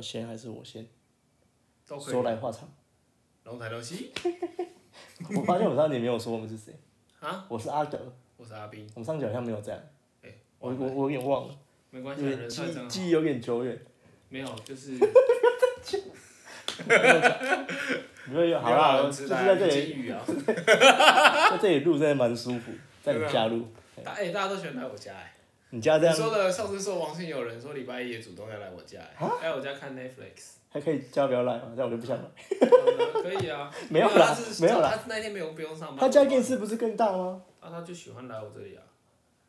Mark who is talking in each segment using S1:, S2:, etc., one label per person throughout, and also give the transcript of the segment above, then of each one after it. S1: 先还是我先？
S2: 都可以。
S1: 说来话长，
S2: 龙抬头西
S1: 我发现我上集没有说我们是谁，
S2: 啊，
S1: 我是阿德，
S2: 我是阿斌。
S1: 我们上集好像没有这样，
S2: 哎、
S1: 我我我有点忘了，
S2: 没关系，啊
S1: 有点
S2: 人
S1: 记
S2: 算真好。
S1: 记忆有点久远。
S2: 没有， 就是
S1: 没有没有，好
S2: 没有
S1: 啦，
S2: 啊人
S1: 就是
S2: 知道
S1: 在这
S2: 金
S1: 里
S2: 鱼啊。
S1: 在这里录真的蛮舒服，在你家录，
S2: 大哎、大家都喜欢来我家哎、
S1: 你家这
S2: 啊你
S1: 样
S2: 说的上次说王信有人说礼拜一也主动要来我家哎、来我家看 Netflix。
S1: 还可以叫他不要来嘛，这样我就不想来。
S2: 嗯可以啊。
S1: 没有啦
S2: 他是
S1: 没有啦
S2: 他那天没有不用上班。
S1: 他家电视不是更大吗？
S2: 啊，他就喜欢来我这里啊。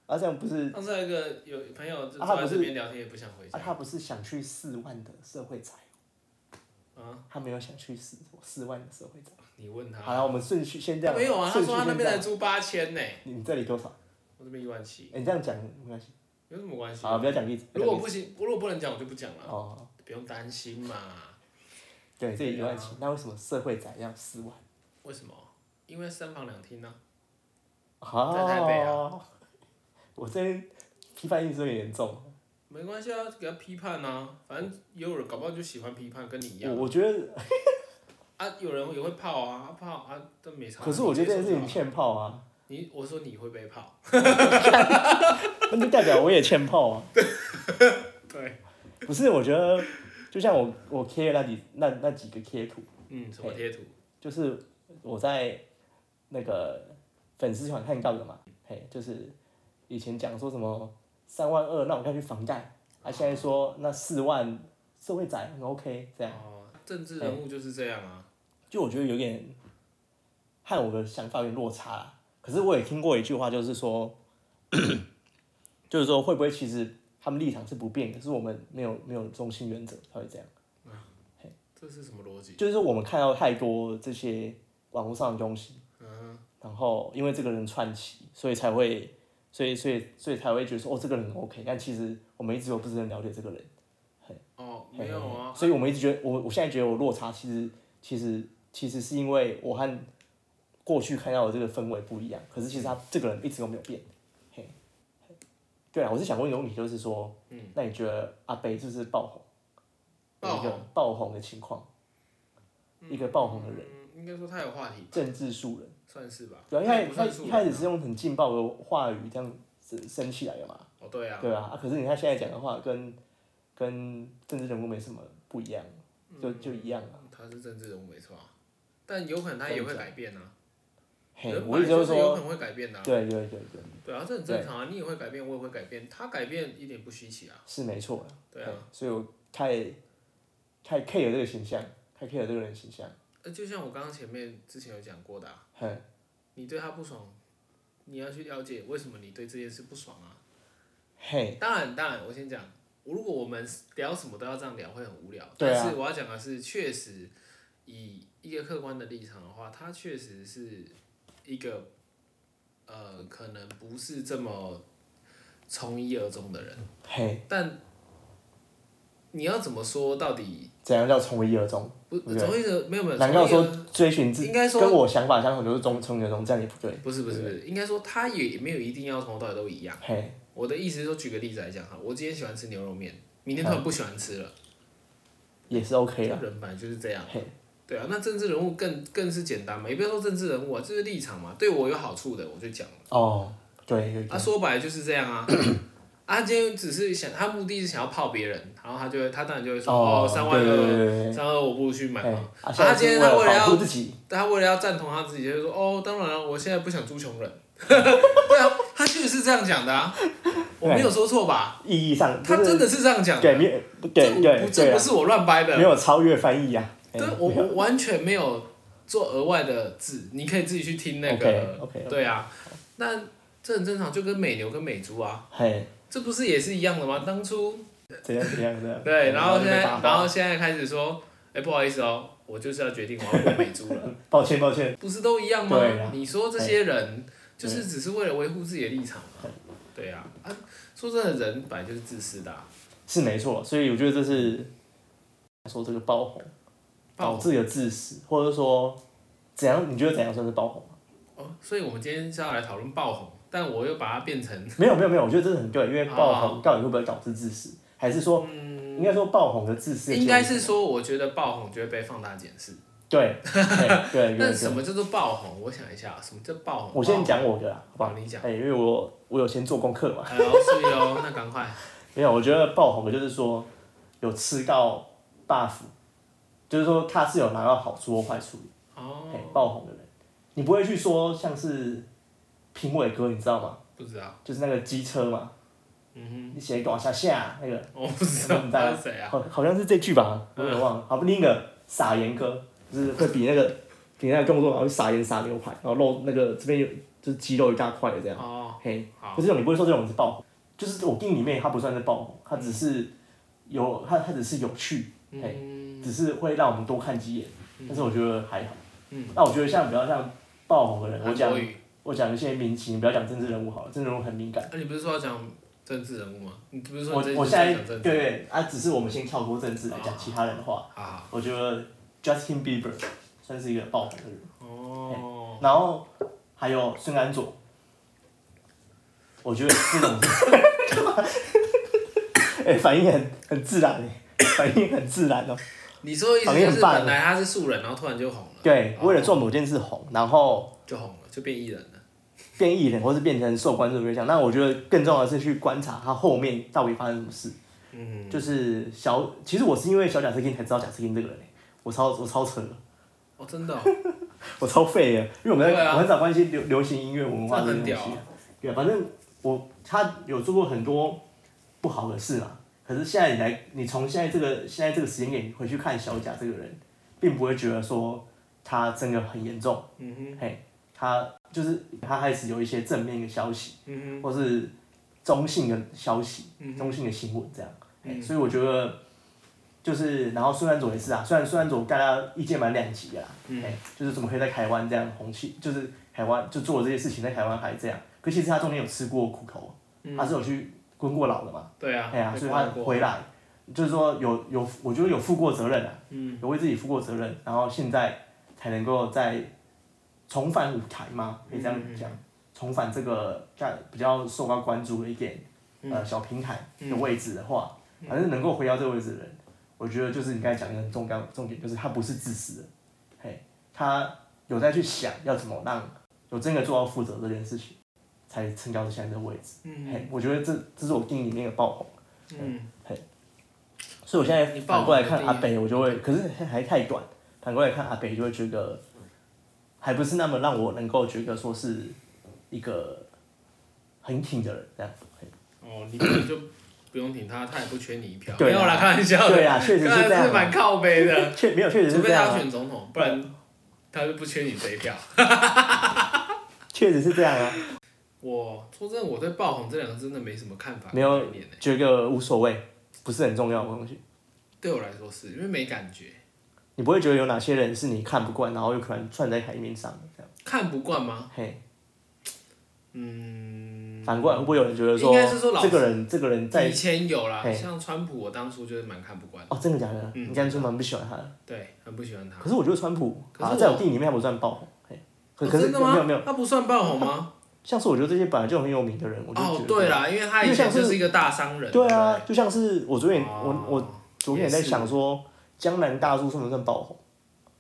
S1: 啊，这样不是
S2: 上次还有一个有朋友就
S1: 啊
S2: 坐
S1: 他
S2: 在
S1: 不是
S2: 这边聊天，也不想回
S1: 啊，
S2: 家。
S1: 他不是想去四万的社会宅，
S2: 啊，
S1: 他没有想去四四万的社会宅。
S2: 你问他。
S1: 好了，我们顺序先这样，
S2: 没有啊，他
S1: 顺序
S2: 说他那
S1: 先这
S2: 边才
S1: 样。
S2: 租八千呢，
S1: 你这里多少？
S2: 我这边一万七，
S1: 哎你这样讲没关系，
S2: 有什么关系？
S1: 好，不要讲例子。不
S2: 如
S1: 要讲
S2: 果
S1: 例
S2: 不行，如果不能讲，我就不讲
S1: 子
S2: 了，
S1: 哦，
S2: 不用担心嘛。
S1: 对，这里一万
S2: 对啊
S1: 七，那为什么社会宅要四万？
S2: 为什么？因为三房两厅啊呢、在台北啊
S1: 哦，我这边批判意识有点严重，
S2: 没关系啊，给他批判啊，反正也有人搞不好就喜欢批判，跟你一
S1: 我
S2: 样
S1: 我觉得，
S2: 啊。有人也会泡啊，啊泡啊，都没差。
S1: 可是我觉得这件事情
S2: 你接受就好
S1: 欠炮啊，
S2: 你，我说你会被泡，
S1: 那就代表我也欠炮啊。
S2: 对，
S1: 不是，我觉得就像我我贴那几那那几个贴图，
S2: 嗯，什么贴图？
S1: 就是我在那个粉丝团看到的嘛，嘿，就是以前讲说什么三万二，那我要去房贷，啊，现在说那四万社会宅很 OK 这样。
S2: 哦，政治人物就是这样啊，
S1: 就我觉得有点和我的想法有点落差啦。可是我也听过一句话，就是说， 就是说会不会其实他们立场是不变的，是我们没有没有中心原则才会这样。
S2: 这是什么逻辑？
S1: 就是说我们看到太多这些网络上的东西，
S2: 嗯，
S1: 然后因为这个人串起，所以才会，所以所以所以才会觉得说哦这个人很 OK，但其实我们一直都不是很了解这个人。
S2: 哦，没有啊，
S1: 所以我们一直觉得，我我现在觉得我落差，其实其实其实是因为我和过去看到的这个氛围不一样，可是其
S2: 嗯
S1: 实他这个人一直都没有变。嘿，对啊，我是想问一个问题，就是说，嗯，那你觉得阿北是不是爆红？
S2: 爆
S1: 有一个爆红的情况，一个爆红的人，
S2: 嗯，应该说他有话题，
S1: 政治素人，
S2: 算是吧。
S1: 对啊，一
S2: 他也
S1: 开
S2: 不
S1: 他
S2: 算素
S1: 一
S2: 人
S1: 开始是用很劲爆的话语这样生生起来的嘛，
S2: 哦，对啊，
S1: 对啊，啊可是你看现在讲的话跟跟政治人物没什么不一样，就
S2: 嗯
S1: 就一样。
S2: 他是政治人物没错啊，但有可能他也会改变啊。
S1: 嘿，
S2: 人
S1: 我
S2: 本
S1: 一
S2: 来
S1: 直都
S2: 就是有
S1: 说，
S2: 可能会改变的啊、
S1: 对对对对，
S2: 对啊，这很正常啊，你也会改变，我也会改变，他改变一点不稀奇啊。
S1: 是没错啦。
S2: 对啊，
S1: 嘿，所以我太太 care 这个形象，太 care 这个人形象。
S2: 呃，就像我刚刚前面之前有讲过的、啊，
S1: 嘿，
S2: 你对他不爽，你要去了解为什么你对这件事不爽啊。
S1: 嘿，
S2: 当然，当然，我先讲，我如果我们聊什么都要这样聊，会很无聊。
S1: 对啊
S2: 但是我要讲的是，确实以一个客观的立场的话，他确实是一个呃，可能不是这么从一而终的人。
S1: 嘿，
S2: 但你要怎么说？到底
S1: 怎样叫从一而终？
S2: 不
S1: 对
S2: 从一个没有没有
S1: 难道说
S2: 从一个
S1: 追寻自，
S2: 应该说
S1: 跟我想法相同就是中从一而终，这样也不对。
S2: 不是不是不是，应该说他也没有一定要从头到尾都一样。
S1: 嘿，
S2: 我的意思是说，举个例子来讲哈，我今天喜欢吃牛肉面，明天突然不喜欢吃了，
S1: 也是 OK
S2: 这
S1: 啦。
S2: 人本来就是这样。
S1: 啊嘿，
S2: 对啊，那政治人物更更是简单嘛，也不要说政治人物啊，这是立场嘛，对我有好处的我就讲了。
S1: 哦，对对
S2: 啊，
S1: 对，
S2: 说白了就是这样啊。啊，今天只是想他目的是想要泡别人，然后他就会他当然就会说哦三万
S1: 对对
S2: 二，
S1: 对对对
S2: 三万二我不如去买
S1: 嘿
S2: 嘛。
S1: 啊，
S2: 啊
S1: 现在
S2: 今
S1: 是
S2: 天他为
S1: 为
S2: 了
S1: 了
S2: 要
S1: 保护自己，
S2: 但他为了要赞同他自己，就说哦，当然了，我现在不想租穷人。 对啊，他确实是这样讲的啊，我没有说错吧？
S1: 意义上
S2: 他
S1: 就是
S2: 真的是这样讲的，
S1: 对，没有不对
S2: 这我
S1: 对
S2: 不这
S1: 对
S2: 不
S1: 啊，
S2: 是我乱掰的，
S1: 没有超越翻译啊哎呀。嘿
S2: 对我我完全没有做额外的字，你可以自己去听那个
S1: OK，OK，OK
S2: 对啊，那这很正常，就跟美牛跟美猪啊，
S1: 嘿，
S2: 这不是也是一样的吗？当初
S1: 怎样怎样怎样。
S2: 对，
S1: 嗯
S2: 然后现在
S1: 就被打爆
S2: 然后现在开始说，哎、不好意思哦，我就是要决定我要回美猪了，
S1: 抱歉抱歉，
S2: 不是都一样吗
S1: 对啊？
S2: 你说这些人就是只是为了维护自己的立场嘛？对啊，啊，说真的，人本来就是自私的、啊，
S1: 是没错，所以我觉得这是说这个爆红导
S2: 爆
S1: 致的致死，或者说怎样？你觉得怎样算是爆红？
S2: 哦，所以我们今天是要来讨论爆红，但我又把它变成啊
S1: 没有没有没有，我觉得这是很对，因为爆红到底会不会导致致死，还是说应该说爆红的自私的
S2: 嗯应该
S1: 建议
S2: 是说，我觉得爆红就会被放大检视。
S1: 对对对，
S2: 那
S1: 呃 原则
S2: 什么叫做爆红？我想一下，什么叫爆红？
S1: 我先讲我的啦，好不
S2: 爆
S1: 好
S2: 红，？你讲。
S1: 哎、因为我我有先做功课嘛，
S2: 哎呦，是哦，那赶快。
S1: 没有，我觉得爆红的就是说有吃到 buff，就是说他是有拿到好处或坏处的，哎、
S2: 哦，
S1: 爆红的人，你不会去说像是评委哥，你知道吗？
S2: 不知道。
S1: 就是那个机车嘛，
S2: 啊嗯
S1: 你写往下下那个，
S2: 哼，我不知道
S1: 你知道
S2: 他
S1: 吗
S2: 是谁啊？嗯
S1: 好好像是这句吧，我有点忘了。好，另一个撒盐哥，就是会比那个比那个动作，然后撒盐撒牛排，然后露那个这边有就是肌肉一大块的这样，
S2: 哦，
S1: 嘿，
S2: 好，
S1: 可是这种你不会说这种是爆红，就是我定义里面它不算是爆红，它只是有它它只是有趣，嘿，
S2: 嗯
S1: 只是会让我们多看几眼，但是我觉得还好。
S2: 嗯，啊
S1: 那我觉得像比较像爆红的人，我
S2: 韩
S1: 讲
S2: 国语。
S1: 我讲一些明星，不要讲政治人物好了，政治人物很敏感。
S2: 那啊你不是说要讲政治人物吗？你不是说
S1: 我
S2: 你这一集
S1: 我现
S2: 在
S1: 在对
S2: 讲政治？啊
S1: 对啊，只是我们先跳过政治来讲其他人的话，
S2: 好好。
S1: 我觉得 Justin Bieber 算是一个爆红的人，
S2: 哦，
S1: 然后还有孙安佐，我觉得这种 是，哎、反应很很自然、欸，反应很自然哦、
S2: 你说的意思
S1: 反应
S2: 就
S1: 很
S2: 是
S1: 棒啊
S2: 本来他是素人，然后突然就红了。
S1: 对，
S2: 哦
S1: 为了做某件事红，然后
S2: 就红了，就变艺人了。
S1: 变艺人或是变成受关注的对象，那我觉得更重要的是去观察他后面到底发生什么事。
S2: 嗯，
S1: 就是小，其实我是因为小贾斯汀才知道贾斯汀这个人、欸，我超我超扯的，
S2: 哦，真的哦、
S1: 我超废的，因为我们
S2: 对
S1: 在、
S2: 啊
S1: 我很少关心流流行音乐文化
S2: 这
S1: 这个东
S2: 很
S1: 西
S2: 屌啊
S1: 啊，对啊，反正我他有做过很多不好的事嘛，可是现在你来，你从现在这个现在这个时间点回去看小贾这个人，并不会觉得说他真的很严重，
S2: 嗯哼，
S1: 嘿，他就是他开始有一些正面的消息，
S2: 嗯
S1: 或是中性的消息，
S2: 哼，嗯哼，
S1: 中性的新闻这样，嘿
S2: 嗯
S1: 所以我觉得。就是，然后孙安佐也是啊，虽然孙安佐大家意见蛮两极的啦，
S2: 嗯
S1: 哎、就是怎么可以在台湾这样红起，就是台湾就做了这些事情，在台湾还这样。可其实他中间有吃过苦头，
S2: 嗯
S1: 他是有去蹲过牢的嘛，
S2: 对啊，
S1: 哎呀、
S2: 被
S1: 所以他
S2: 关过
S1: 回来，就是说有有，我觉得有负过责任啊，
S2: 嗯
S1: 有为自己负过责任，然后现在才能够再重返舞台嘛，可以这样讲，重返这个在比较受到关注的一点、呃小平台的位置的话，反正能够回到这个位置的人，我觉得就是你刚才讲的很重要重点，就是他不是自私的，嘿，他有在去想要怎么让有真的做到负责这件事情，才撑到现在这个位置，
S2: 嗯
S1: 嘿，我觉得这这是我定义里面的爆红。
S2: 嗯，
S1: 所以我现在
S2: 你爆
S1: 反过来
S2: 红
S1: 看
S2: 的
S1: 阿
S2: 定义
S1: 北，我就会，可是还太短。反过来看阿北，就会觉得还不是那么让我能够觉得说是一个很挺的人这样。
S2: 哦，你根本就不用挺他，他也不缺你一票。
S1: 对啊
S2: 没有啦，开玩笑的，
S1: 对啊，确实
S2: 刚才
S1: 这样
S2: 是
S1: 啊。
S2: 蛮靠背的，
S1: 确没有，确实
S2: 除
S1: 是
S2: 非
S1: 这
S2: 他要
S1: 样啊，
S2: 选总统，不然他就不缺你这一票。
S1: 确实是这样啊，
S2: 我说真的，我对爆红这两个真的没什么看法，
S1: 没有
S2: 概念欸
S1: 觉得无所谓，不是很重要的东西。
S2: 对我来说是因为没感觉，
S1: 你不会觉得有哪些人是你看不惯，然后又可能串在海面上的这样？
S2: 看不惯吗？
S1: 嘿，
S2: 啊嗯，
S1: 反过来会不会有人觉得说
S2: 应该是说老师
S1: 这个人这个人在
S2: 以前有啦，
S1: 嘿
S2: 像川普，我当初就是蛮看不惯的，
S1: 哦，真的假的？
S2: 嗯
S1: 你这样说蛮不喜欢他的。
S2: 对，很不喜欢他。
S1: 可是我觉得川普
S2: 可是
S1: 啊，
S2: 我
S1: 在我定义里面还不算爆红，嘿，可
S2: 哦
S1: 可是
S2: 真的吗？
S1: 没有没有，
S2: 他不算爆红吗？
S1: 像是我觉得这些本来就很有名的人，我就觉
S2: 哦
S1: 得，
S2: 对啦，因为他以前就是一个大商人。
S1: 对啊，就像是我
S2: 不
S1: 昨
S2: 对，
S1: 天我我
S2: 哦
S1: 昨天也在想说，江南大叔算不算爆红？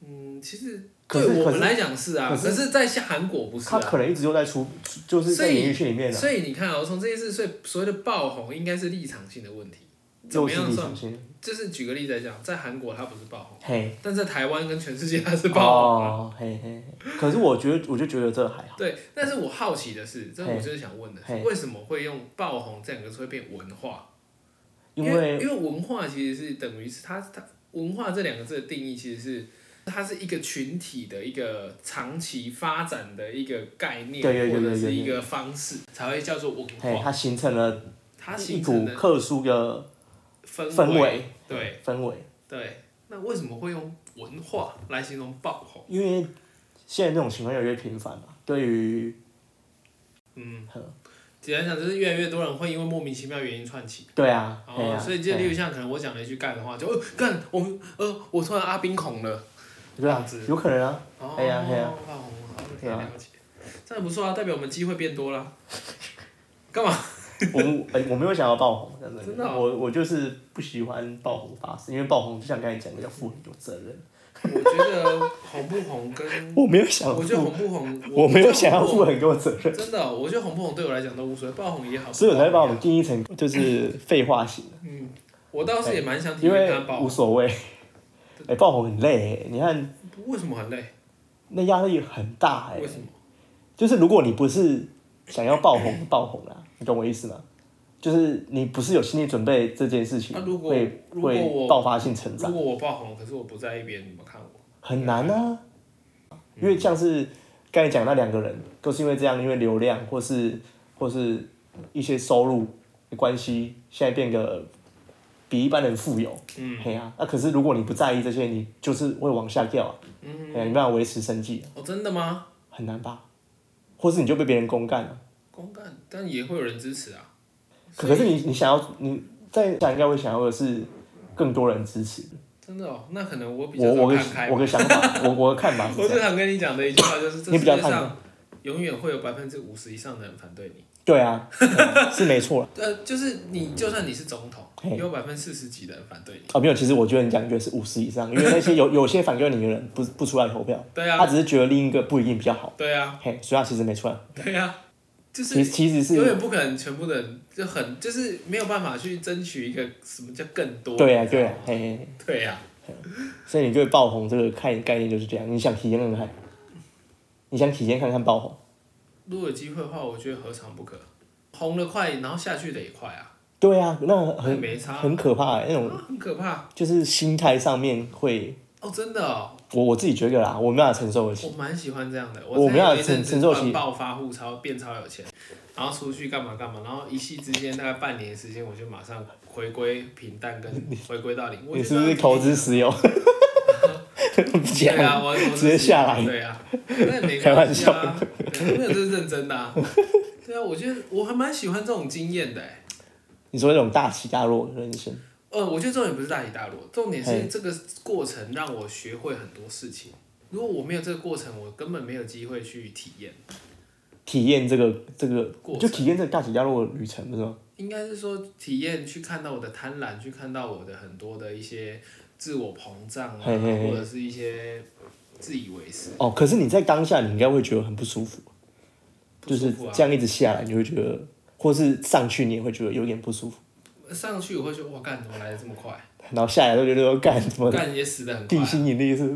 S2: 嗯，其实
S1: 可
S2: 对
S1: 是
S2: 我
S1: 可
S2: 们
S1: 是
S2: 来讲是啊，
S1: 可
S2: 可是在韩国不是
S1: 他
S2: 啊。
S1: 可能一直都在出，就是在
S2: 所以
S1: 演艺圈里面的，
S2: 所以你看啊，从这件事，所以所谓的爆红应该是立场性的问题。怎
S1: 就
S2: 么
S1: 是
S2: 样
S1: 李
S2: 算？
S1: 长先，
S2: 就是举个例子来讲，在韩国他不是爆红，
S1: 嗯嘿，
S2: 但在台湾跟全世界他是爆红啊。
S1: 哦，嘿嘿，嘿可是我觉得我就觉得这还好，
S2: 对，但是我好奇的是，这
S1: 嘿
S2: 我就是想问的是
S1: 嘿，
S2: 为什么会用“爆红”这两个词会变文化？
S1: 因
S2: 为
S1: 为
S2: 因为文化其实是等于是它它文化这两个字的定义其实是它是一个群体的一个长期发展的一个概念，
S1: 对对对
S2: 或
S1: 对
S2: 者
S1: 对
S2: 是一
S1: 对
S2: 个方式才会叫做文
S1: 嘿，
S2: 化，
S1: 它形成了
S2: 它
S1: 一
S2: 形成
S1: 股
S2: 的
S1: 特殊的
S2: 氛
S1: 氛围，
S2: 对
S1: 氛围。
S2: 对。那为什么会用文化来形容爆红？
S1: 因为现在这种情况越来越频繁嘛，对于
S2: 嗯，简单讲就是越来越多人会因为莫名其妙原因串起。
S1: 对啊，对
S2: 哦
S1: 啊，，
S2: 所以就例
S1: 对啊
S2: 如像可能我讲了一句干的话，就呃干我呃我突然阿宾孔了，
S1: 对啊
S2: 这样子
S1: 有可能 啊，
S2: 哦，
S1: 哎呀哎呀
S2: 爆红了，好
S1: 对啊
S2: 了解，这样不错啊，代表我们机会变多了。干嘛？
S1: 我们哎、我没有想要爆红，真的，
S2: 真的哦
S1: 我我就是不喜欢爆红发誓，因为爆红就像刚才讲的，要负很多责任。
S2: 我觉得红不红 跟
S1: 我没有想
S2: 嗯我觉得
S1: 负，
S2: 红不红，
S1: 哦 我没有想要
S2: 我
S1: 负很多责任。
S2: 真的，我觉得红不红对我来讲都无所谓，爆红也好，
S1: 所以我才会把我
S2: 不
S1: 们
S2: 爆红也好
S1: 定义成就是废话型，
S2: 我倒是也蛮想体
S1: 因
S2: 验
S1: 为
S2: 他爆
S1: 无
S2: 红，
S1: 所谓。 哎、爆红很累、你看
S2: 为什么很累？
S1: 那压力很大哎、
S2: 为什么？
S1: 就是如果你不是想要爆红爆红啦，你懂我意思吗？就是你不是有心理准备这件事情，
S2: 那如果
S1: 会
S2: 如果
S1: 会
S2: 我
S1: 爆发性成长
S2: 如，果我爆红，可是我不在意别人怎么看我，
S1: 很难啊。
S2: 嗯
S1: 因为像是刚才讲那两个人，都是因为这样，因为流量或是或是一些收入的关系，现在变得比一般人富有。
S2: 嗯，
S1: 嘿啊，那、可是如果你不在意这些，你就是会往下掉啊。嗯，哎、啊，你没办法维持生计，
S2: 哦，真的吗？
S1: 很难吧？或是你就被别人公干了。
S2: 公干，但也会有人支持啊。
S1: 可可是你你想要你在想应该会想要的是更多人支持。
S2: 真的哦，那可能我比较
S1: 我我
S2: 早
S1: 个
S2: 看开吧
S1: 我个想法，我我的看法是
S2: 我
S1: 这
S2: 最
S1: 样。
S2: 常跟你讲的一句话就是，这
S1: 你
S2: 世
S1: 比较
S2: 界
S1: 看
S2: 上永远会有百分之五十以上的人反对你。
S1: 对啊，嗯是没错啦。
S2: 呃，就是你，就算你是总统，
S1: 嘿
S2: 也有百分之四十几的人反对你。
S1: 哦，没有，其实我觉得你讲的是五十以上，因为那些有 有些反对你的人不不出来投票，
S2: 对
S1: 他
S2: 啊，
S1: 只是觉得另一个不一定比较好，
S2: 对啊，
S1: 嘿，所以他其实没出来。
S2: 对啊，就
S1: 其
S2: 是
S1: 实其实
S2: 永
S1: 是
S2: 远不可能全部的人就很，就是没有办法去争取一个什么叫更多。
S1: 对啊
S2: 你知
S1: 对
S2: 道
S1: 啊
S2: 吗，
S1: 嘿嘿，嘿
S2: 对啊，
S1: 所以你对爆红这个概概念就是这样，你想体验看看，你想体验看看爆红，
S2: 如果有机会的话，我觉得何尝不可？红的快，然后下去的也快啊，
S1: 对啊，那
S2: 很
S1: 很
S2: 没差，
S1: 很可怕、欸，那种
S2: 啊很可怕
S1: 就是心态上面会，
S2: 哦，真的哦，
S1: 我我自己觉得啦，我没办法承受得起。
S2: 我蛮喜欢这样的。
S1: 我
S2: 曾
S1: 们要
S2: 有一
S1: 承
S2: 阵子
S1: 承受
S2: 突
S1: 起
S2: 然暴发户超变超有钱，然后出去干嘛干嘛，然后一夕之间大概半年时间，我就马上回归平淡跟回归到零。我
S1: 你
S2: 觉
S1: 是
S2: 得
S1: 不是投资石油？ 不
S2: 对
S1: 讲，
S2: 啊，我我是
S1: 直接下来
S2: 对啊，那也没
S1: 开玩
S2: 关 系啊，对那这是认真的啊。对啊，我觉得我还蛮喜欢这种经验的欸、
S1: 你说那种大起大落的人生，
S2: 呃，我觉得重点不是大起大落，重点是
S1: 嘿
S2: 这个过程让我学会很多事情。如果我没有这个过程，我根本没有机会去体验。
S1: 体验这个这个
S2: 过，
S1: 就
S2: 程
S1: 体验这个大起大落的旅程，不是吗？
S2: 应该是说体验去看到我的贪婪，去看到我的很多的一些自我膨胀啊，
S1: 嘿嘿嘿
S2: 或者是一些自以为是，
S1: 哦，可是你在当下，你应该会觉得很不舒服，
S2: 不
S1: 就是
S2: 舒服啊。
S1: 这样一直下来，你会觉得，或是上去你也会觉得有点不舒服，
S2: 上去我会觉得哇，干怎么来的这么快？
S1: 然后下来都觉得说干什么
S2: 干也死的很
S1: 地
S2: 快啊、
S1: 心引力是，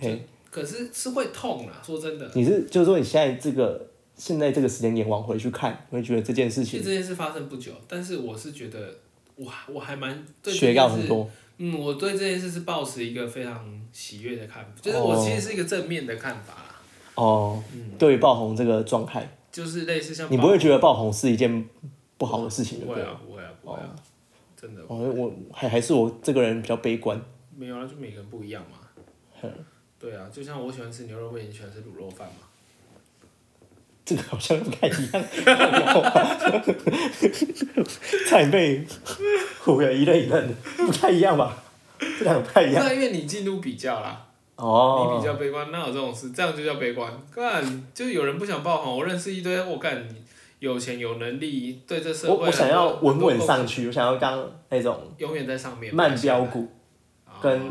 S1: 嘿，
S2: 可是是会痛啊，说真的，
S1: 你是就是说你现在这个现在这个时间点往回去看，你会觉得这件事
S2: 其实
S1: 情
S2: 这件事发生不久，但是我是觉得哇，我还蛮对这
S1: 学到
S2: 件事
S1: 很多，
S2: 嗯，我对这件事是抱持一个非常喜悦的看法，就是我
S1: 哦
S2: 其实是一个正面的看法啦，
S1: 哦，
S2: 嗯
S1: 对于爆红这个状态，
S2: 就是类似像
S1: 你不会觉得爆红是一件不好的事情，对不
S2: 不会
S1: 对？
S2: 啊，不会啊，不会啊，真的
S1: 哦，我还还是我这个人比较悲观，
S2: 没有啊，就每个人不一样嘛。对啊，就像我喜欢吃牛肉面，你喜欢吃卤肉饭嘛？
S1: 这个好像不太一样， 差点被唬得一愣一愣的，不太一样吧？这两个不太一样
S2: 那因为你进入比较啦，你
S1: 哎哦
S2: 比。较悲观，那有这种事，这样就叫悲观。干，就有人不想爆红，我认识一堆，我干，你有钱有能力，对这社
S1: 我
S2: 会
S1: 我想要
S2: 很多
S1: 稳稳上，去，我想要当那种
S2: 很多贡献永远在上面，
S1: 慢标股，
S2: 啊
S1: 跟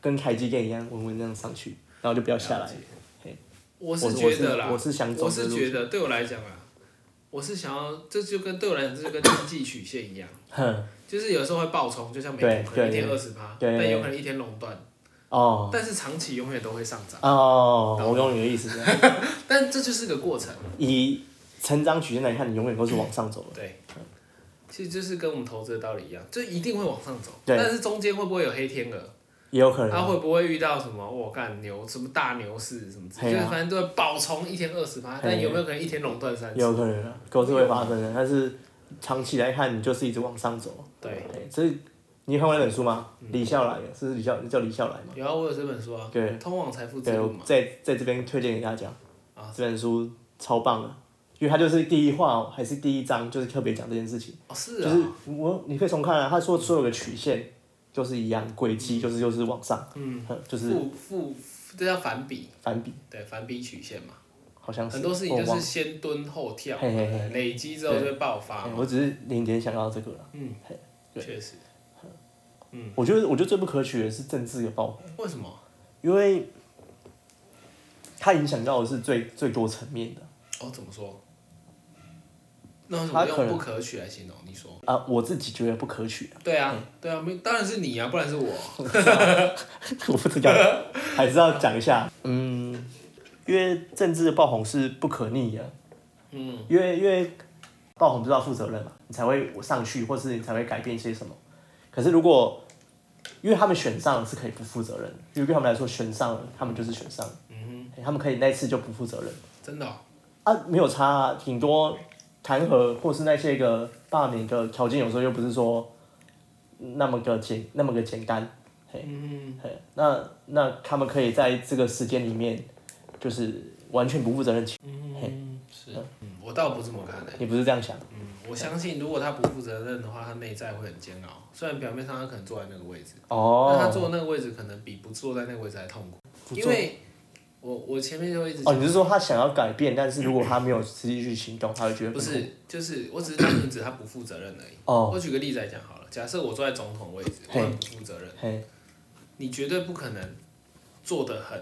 S1: 跟台积电一样稳稳这样上去，然后就不要下
S2: 了
S1: 来
S2: 解。
S1: 嘿
S2: 我
S1: 我
S2: 是觉得啦，
S1: 我是想走
S2: 我
S1: 这
S2: 是
S1: 路
S2: 觉得对我来讲啊，我是想要，这就跟对我来讲，这就跟经济曲线一样，
S1: 哼，
S2: 就是有时候会爆冲，就像美股
S1: 对
S2: 可能一
S1: 对
S2: 天二十趴，
S1: 对
S2: 但有可能一天垄断。
S1: 哦
S2: 但是长期永远都会上涨，
S1: 哦，我懂你的意思。
S2: 但这就是个过程，
S1: 以成长曲线来看，你永远都是往上走的。
S2: 对。其实就是跟我们投资的道理一样，就一定会往上走，
S1: 对
S2: 但是中间会不会有黑天鹅？
S1: 也有可
S2: 它、
S1: 能，
S2: 会不会遇到什么我干牛什么大牛市什么之类
S1: 嘿啊
S2: 的？就是反正都会爆冲一天二十趴，但有没有可能一天垄断三
S1: 也
S2: 十？
S1: 有可能啊，都是会发生的。但是长期来看，你就是一直往上走。
S2: 对，嗯
S1: 对，所以你有看过那本书吗？李笑来的，是不是李笑叫李笑来吗？
S2: 有啊，我有这本书啊，
S1: 对
S2: 《通往财富之
S1: 对，
S2: 路》
S1: 我
S2: 嘛。
S1: 在在这边推荐给大家
S2: 啊，
S1: 这本书超棒的，因为它就是第一话哦还是第一章，就是特别讲这件事情。
S2: 哦，是
S1: 就
S2: 啊，
S1: 是我你可以重看啊，他说所有的曲线就是一样，轨迹就是就是往上，嗯，就是
S2: 负负这叫反比，
S1: 反比，
S2: 对，反比曲线嘛。
S1: 好像是
S2: 很多事情
S1: 我
S2: 就
S1: 哦忘
S2: 是先蹲后跳嘛，
S1: 嘿嘿嘿
S2: 累积之后就会爆发
S1: 了
S2: 嘛。
S1: 我只是连接想到这个了。对
S2: 确实，嗯
S1: 我觉得我觉得最不可取的是政治的爆红，
S2: 为什么？
S1: 因为它影响到的是最最多层面的
S2: 哦，怎么说？那为什
S1: 他
S2: 么
S1: 可
S2: 用
S1: 能
S2: 不可取来形容？你说？
S1: 啊，我自己觉得不可取 啊，
S2: 对啊，对啊，没，当然是你啊，不然是我。
S1: 我不知道，还是要讲一下，嗯，因为政治的爆红是不可逆的，嗯，因为因为爆红就是要负责任嘛，你才会上去，或是你才会改变一些什么。可是如果因为他们选上是可以不负责任的，因为对他们来说选上了，他们就是选上了，嗯他们可以那次就不负责任。
S2: 真的哦、
S1: 啊，没有差、啊，挺多弹劾或是那些个罢免的条件，有时候又不是说那么个简那么个简单，嘿，
S2: 嗯
S1: 嘿，那那他们可以在这个时间里面，就是完全不负责任，
S2: 嗯，是，嗯，我倒不这么看的、
S1: 也不是这样想，
S2: 嗯，我相信如果他不负责任的话，他内在会很煎熬。虽然表面上他可能坐在那个位置，但他
S1: 哦，
S2: 坐那个位置可能比不坐在那个位置还痛苦，
S1: 不
S2: 因
S1: 做
S2: 为我我前面就一直
S1: 哦，
S2: 讲，
S1: 你是说他想要改变，但是如果他没有实际去行动，他会觉得
S2: 不
S1: 痛苦
S2: 是，就是我只是单纯指他不负责任而已。
S1: 哦，
S2: 我举个例子来讲好了，假设我坐在总统位置，我
S1: 嘿
S2: 很不负责任，
S1: 嘿，
S2: 你绝对不可能做得很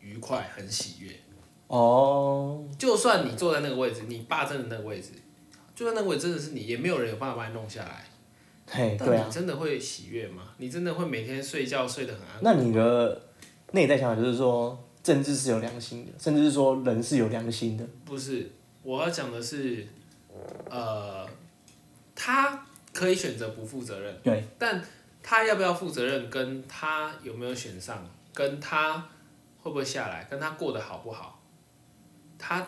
S2: 愉快、很喜悦。
S1: 哦，
S2: 就算你坐在那个位置，你霸占的那个位置，就算那个位置真的是你，也没有人有办法把你弄下来。
S1: 嘿，对
S2: 但
S1: 啊
S2: 你，真的会喜悦吗？你真的会每天睡觉睡得很安稳？
S1: 那你的内在想法就是说，政治是有良心的，甚至是说人是有良心的。
S2: 不是，我要讲的是，呃，他可以选择不负责任，
S1: 对，
S2: 但他要不要负责任，跟他有没有选上，跟他会不会下来，跟他过得好不好，他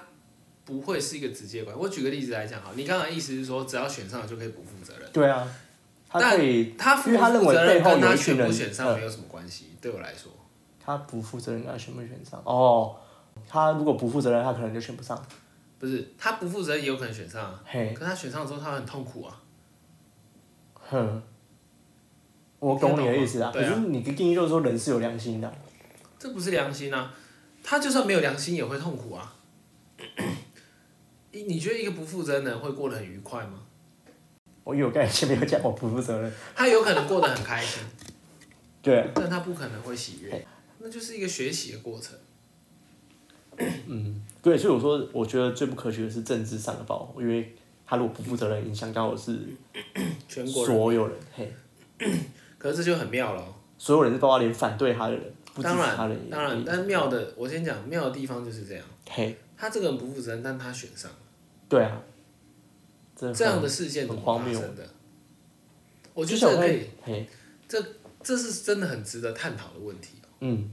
S2: 不会是一个直接关系。我举个例子来讲哈，你刚才意思是说，只要选上了就可以不负责任，
S1: 对啊，他
S2: 但
S1: 可以，
S2: 他负
S1: 因为他认
S2: 负
S1: 为
S2: 责
S1: 背
S2: 任
S1: 后
S2: 跟
S1: 有
S2: 他
S1: 一群
S2: 选不
S1: 人
S2: 选
S1: 嗯
S2: 上没有什么关系，对我来说。
S1: 他不负责任，他选不选上？哦，他如果不负责任，他可能就选不上。
S2: 不是，他不负责任也有可能选上啊。
S1: 嘿，
S2: 可他选上之后，他很痛苦啊。
S1: 哼，我懂你的意思啊。
S2: 对
S1: 可
S2: 啊
S1: 是你的定义就是说人是有良心的啊，
S2: 这不是良心啊！他就算没有良心也会痛苦啊。你你觉得一个不负责任的人会过得很愉快吗？
S1: 我因为我刚才前面有讲我不负责任，
S2: 他有可能过得很开心，
S1: 对，啊
S2: 但他不可能会喜悦。那就是一个学习的过程。
S1: 对，所以我说，我觉得最不可取的是政治上的暴红，因为他如果不负责任，影响到的是
S2: 全国人，
S1: 所有人，嘿，
S2: 可是这就很妙了哦。
S1: 所有人是包括连反对他的人、不支持
S2: 当
S1: 他的人也，
S2: 然，当然，但妙的，我先讲妙的地方就是这样。
S1: 嘿，
S2: 他这个人不负责任，但他选上，
S1: 对啊，这
S2: 这样的事件怎么
S1: 很荒
S2: 发
S1: 谬
S2: 生的？我觉
S1: 就
S2: 得
S1: 像
S2: 这
S1: 我
S2: 个可
S1: 看
S2: 以，，
S1: 嘿，
S2: 这是真的很值得探讨的问题。
S1: 嗯，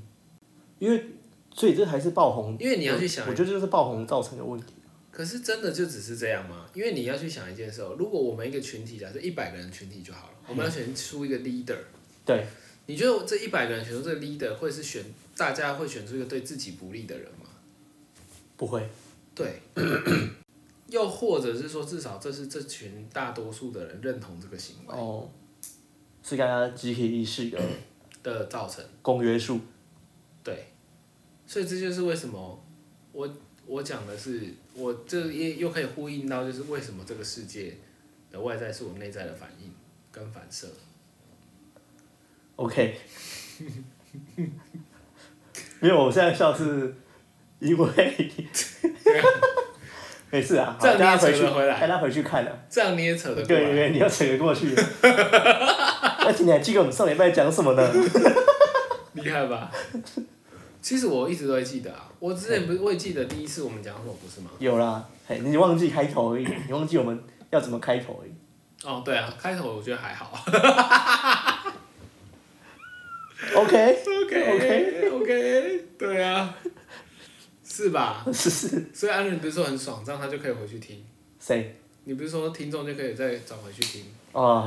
S1: 因为所以这还是爆红，
S2: 因为你要去想
S1: 我觉得这就是爆红造成的问题。
S2: 可是真的就只是这样吗？因为你要去想一件事哦，如果我们一个群体，假设一百个人群体就好了，我们要选出一个 leader，
S1: 对，
S2: 你觉得这一百个人选出这个 leader，会是选大家会选出一个对自己不利的人吗？
S1: 不会，
S2: 对， 又或者是说，至少这是这群大多数的人认同这个行为
S1: 哦，是跟他集体意识的
S2: 的造成。
S1: 公约数。
S2: 对，所以这就是为什么我我讲的是，我这也又可以呼应到，就是为什么这个世界的外在是我们内在的反应跟反射。
S1: OK，没有，我现在笑是因为 没事啊，好
S2: 这样
S1: 大
S2: 你
S1: 家
S2: 也
S1: 回
S2: 扯
S1: 去，
S2: 得回来
S1: 大家回去看啊。
S2: 这样你也扯得
S1: 对
S2: 过
S1: 对
S2: 来。
S1: 对，你要扯得过去。 而且你还记得我们上礼拜讲什么呢？
S2: 厉害 吧？其实我一直都会记得啊，我之
S1: 嗯
S2: 前不是我也记得第一次我们讲什么不是吗？
S1: 有啦，嘿，你忘记开头而 已，你忘记我们要怎么开头而已。
S2: 哦，对啊，开头我觉得还好。
S1: OK
S2: OK OK，对啊，是吧？
S1: 是是，
S2: 所以安仁不是说很爽，这样他就可以回去听。
S1: 谁？
S2: 你不是说听众就可以再找回去听？
S1: 哦，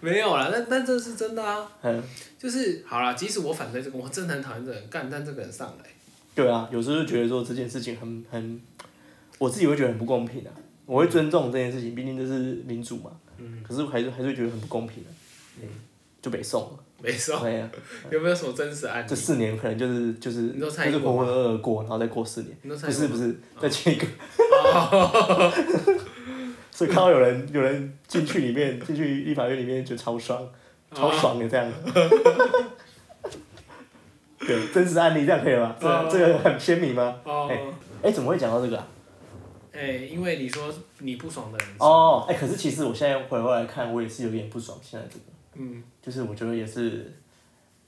S2: 没有啦，但但这是真的啊，
S1: 嗯，
S2: 就是好啦，即使我反对这个，我真的很讨厌这个人干，但这个人上来，
S1: 对啊，有时候就觉得说这件事情很很，我自己会觉得很不公平啊。我会尊重这件事嗯情，毕竟这是民主嘛。可是还是还是会觉得很不公平啊。嗯，就被送了。
S2: 没收，
S1: 对啊，
S2: 有没有什么真实案例
S1: 这？四年可能就是就是
S2: 你
S1: 就
S2: 说
S1: 是
S2: 蔡英
S1: 浑
S2: 文吗
S1: 浑噩噩过，然后再过四年，
S2: 你说蔡
S1: 不
S2: 英
S1: 是
S2: 文
S1: 不是，再签一个。
S2: 哦
S1: 所以看到有人有人进去里面进去立法院里面，觉得超爽，
S2: 哦
S1: 超爽的这样。 对，真实案例这样可以吗？这
S2: 哦
S1: 这个很鲜明吗？
S2: 哦，
S1: 哎，怎么会讲到这个啊？
S2: 哎、因为你说你不爽的人，
S1: 哦，哎，可是其实我现在回过来看，我也是有点不爽现在这个。
S2: 嗯，
S1: 就是我觉得也是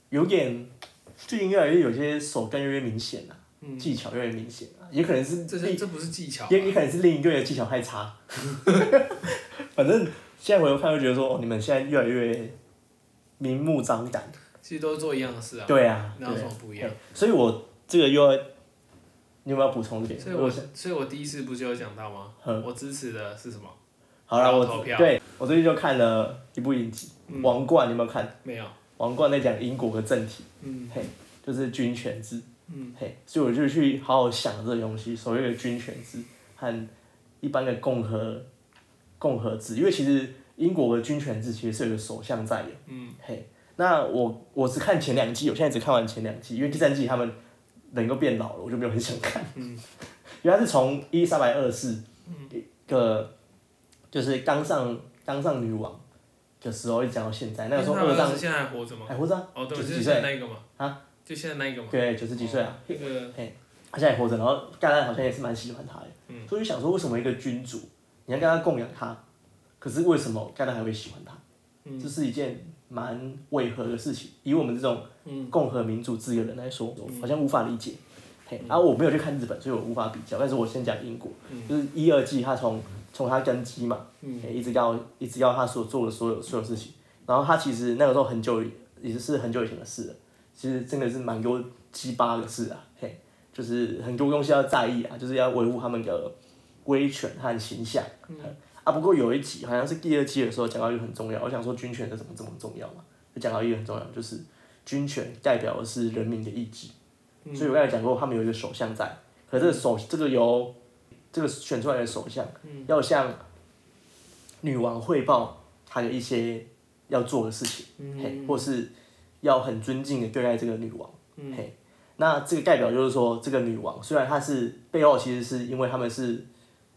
S1: 有点，最近越来越有些手段越来越明显了、技巧越来越明显了、也可能是
S2: 嗯这
S1: 另
S2: 是这不是技巧啊，
S1: 也也可能是另一个人技巧太差， 反正现在回头看会觉得说，哦，你们现在越来越明目张胆，
S2: 其实都是做一样的事啊，
S1: 对啊，
S2: 哪有
S1: 对
S2: 什么不一样
S1: 嘿所以我这个又要，你有没有要补充这点？
S2: 所以我所以我第一次不就有讲到吗？
S1: 嗯
S2: 我支持的是什么？
S1: 好了，
S2: 要
S1: 我
S2: 投票嗯
S1: 对我最近就看了一部影集《王冠》，你有没有看？
S2: 没有，
S1: 王冠在讲英国的政体，
S2: 嗯，
S1: 嘿，就是君权制，嗯，嘿，所以我就去好好想这个东西，所谓的君权制和一般的共和共和制，因为其实英国的君权制其实是有一个首相在的，嗯，嘿，那我我只看前两季，我现在只看完前两季，因为第三季他们人都变老了，我就没有很想看，嗯， 因为他是从伊丽莎白二世，一个就是刚上刚上女王的时候一直讲到现哎在，那个时候
S2: 他
S1: 二
S2: 们
S1: 战
S2: 是现在还活着吗？
S1: 还活着啊，
S2: 哦，对，
S1: 九
S2: 就
S1: 十
S2: 是
S1: 几
S2: 现
S1: 岁，
S2: 在那一个嘛，
S1: 啊，
S2: 就现在那一个嘛，哦
S1: 对，九十几岁啊，
S2: 那个
S1: 他现在还活着，然后大家好像也是蛮喜欢他的，所以我就想说，为什么一个君主，你要跟他供养他，可是为什么大家还会喜欢他？这是一件蛮违和的事情，以我们这种共和民主自由的人来说，好像无法理解。嘿，然后我没有去看日本，所以我无法比较，但是我先讲英国，就是一二季他从从他根基嘛，嘿一直到一直到他所做的所有所有事情，然后他其实那个时候很久以也是很久以前的事了，其实真的是蛮多鸡巴的事啊，嘿，就是很多东西要在意啊，就是要维护他们的威权和形象。嗯、啊，不过有一集好像是第二季的时候讲到一个很重要，我想说军权是怎么这么重要嘛，就讲到一个很重要，就是军权代表的是人民的意志。所以我刚才讲过，他们有一个首相在，可这个首这个由这个选出来的首相、要向女王汇报他的一些要做的事情，嘿，或是要很尊敬的对待这个女王，嘿，那这个代表就是说，这个女王虽然她是背后其实是因为他们是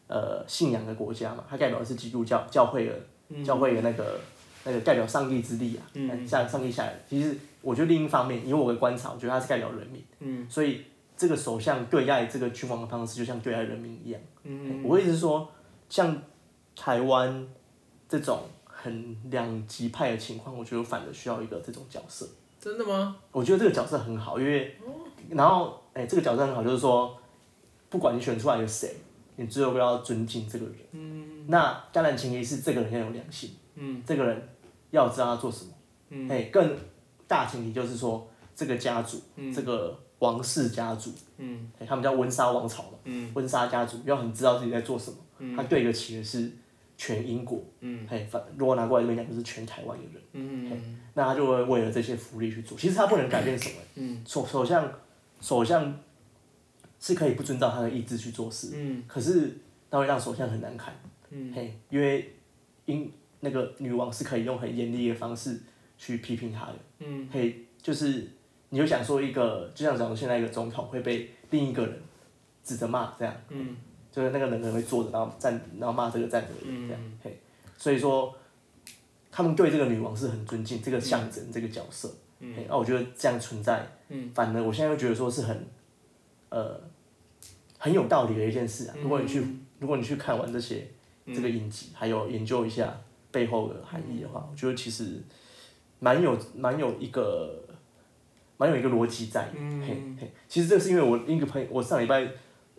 S1: 呃信仰的国家嘛，它代表的是基督教教会的教会的那个那个代表上帝之力啊，下上帝下来，其实我觉得另一方面，以我的观察，我觉得它是代表人民，所以这个首相对待这个君王的方式，就像对待人民一样。嗯，我的意思是说，像台湾这种很两极派的情况，我觉得反而需要一个这种角色。
S2: 真的吗？
S1: 我觉得这个角色很好，因为然后哎、这个角色很好，就是说，不管你选出来有谁，你最后都要尊敬这个人。嗯，那当然前提是这个人要有良心。嗯，这个人要知道他做什么。嗯，哎、更大前提就是说，这个家族，这个王室家族，嗯，他们叫温莎王朝嘛，嗯，温莎家族要很知道自己在做什么，嗯、他对得起的是全英国，嗯，哎，反如果拿过来这边讲，就是全台湾的人。那他就会为了这些福利去做。其实他不能改变什么，嗯，首首相首相是可以不遵照他的意志去做事，嗯，可是那会让首相很难堪，嗯，嘿，因为英那个女王是可以用很严厉的方式去批评他的，嗯，嘿，就是你就想说一个，就像假如现在一个总统会被另一个人指着骂这样，嗯，就是那个人可能会坐着，然后站，然后骂这个站着的人这样，嘿，所以说。他们对这个女王是很尊敬，这个象征、这个角色。嗯，那、我觉得这样存在，嗯，反而我现在又觉得说是很，呃，很有道理的一件事啊。如果你去，如果你去看完这些这个影集，还有研究一下背后的含义的话，我觉得其实蛮有蛮有一个蛮有一个逻辑在。嗯，嘿嘿，其实这是因为我一个朋友，我上礼拜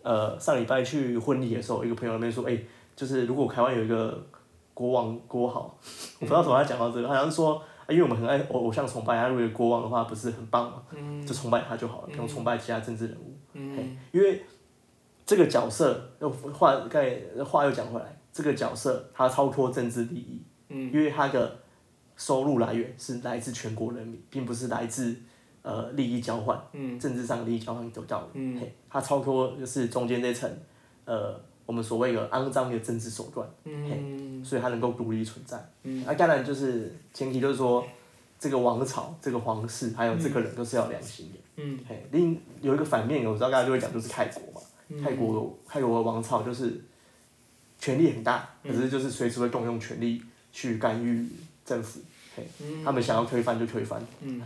S1: 呃上礼拜去婚礼的时候，一个朋友那边说，哎、就是如果台湾有一个国王国好。我不知道怎么他讲到这个，好像是说，啊因为我们很爱偶偶像崇拜，他如果有国王的话不是很棒嘛，就崇拜他就好了，不用崇拜其他政治人物。嘿因为这个角色又话刚才话又讲回来，这个角色他超脱政治利益，因为他的收入来源是来自全国人民，并不是来自呃利益交换，政治上的利益交换得到的，嘿他超脱就是中间这层，呃，我们所谓的肮脏的政治手嗯啊段，嘿所以他能够独立存在。那、当然就是前提就是说，这个王朝、这个皇室，还有这个人都是要有良心的。嗯，嘿，另有一个反面，我知道大家就会讲就是泰国嘛，泰国泰国的王朝就是权力很大，可是就是随时会动用权力去干预政府，嘿，他们想要推翻就推翻，嗯，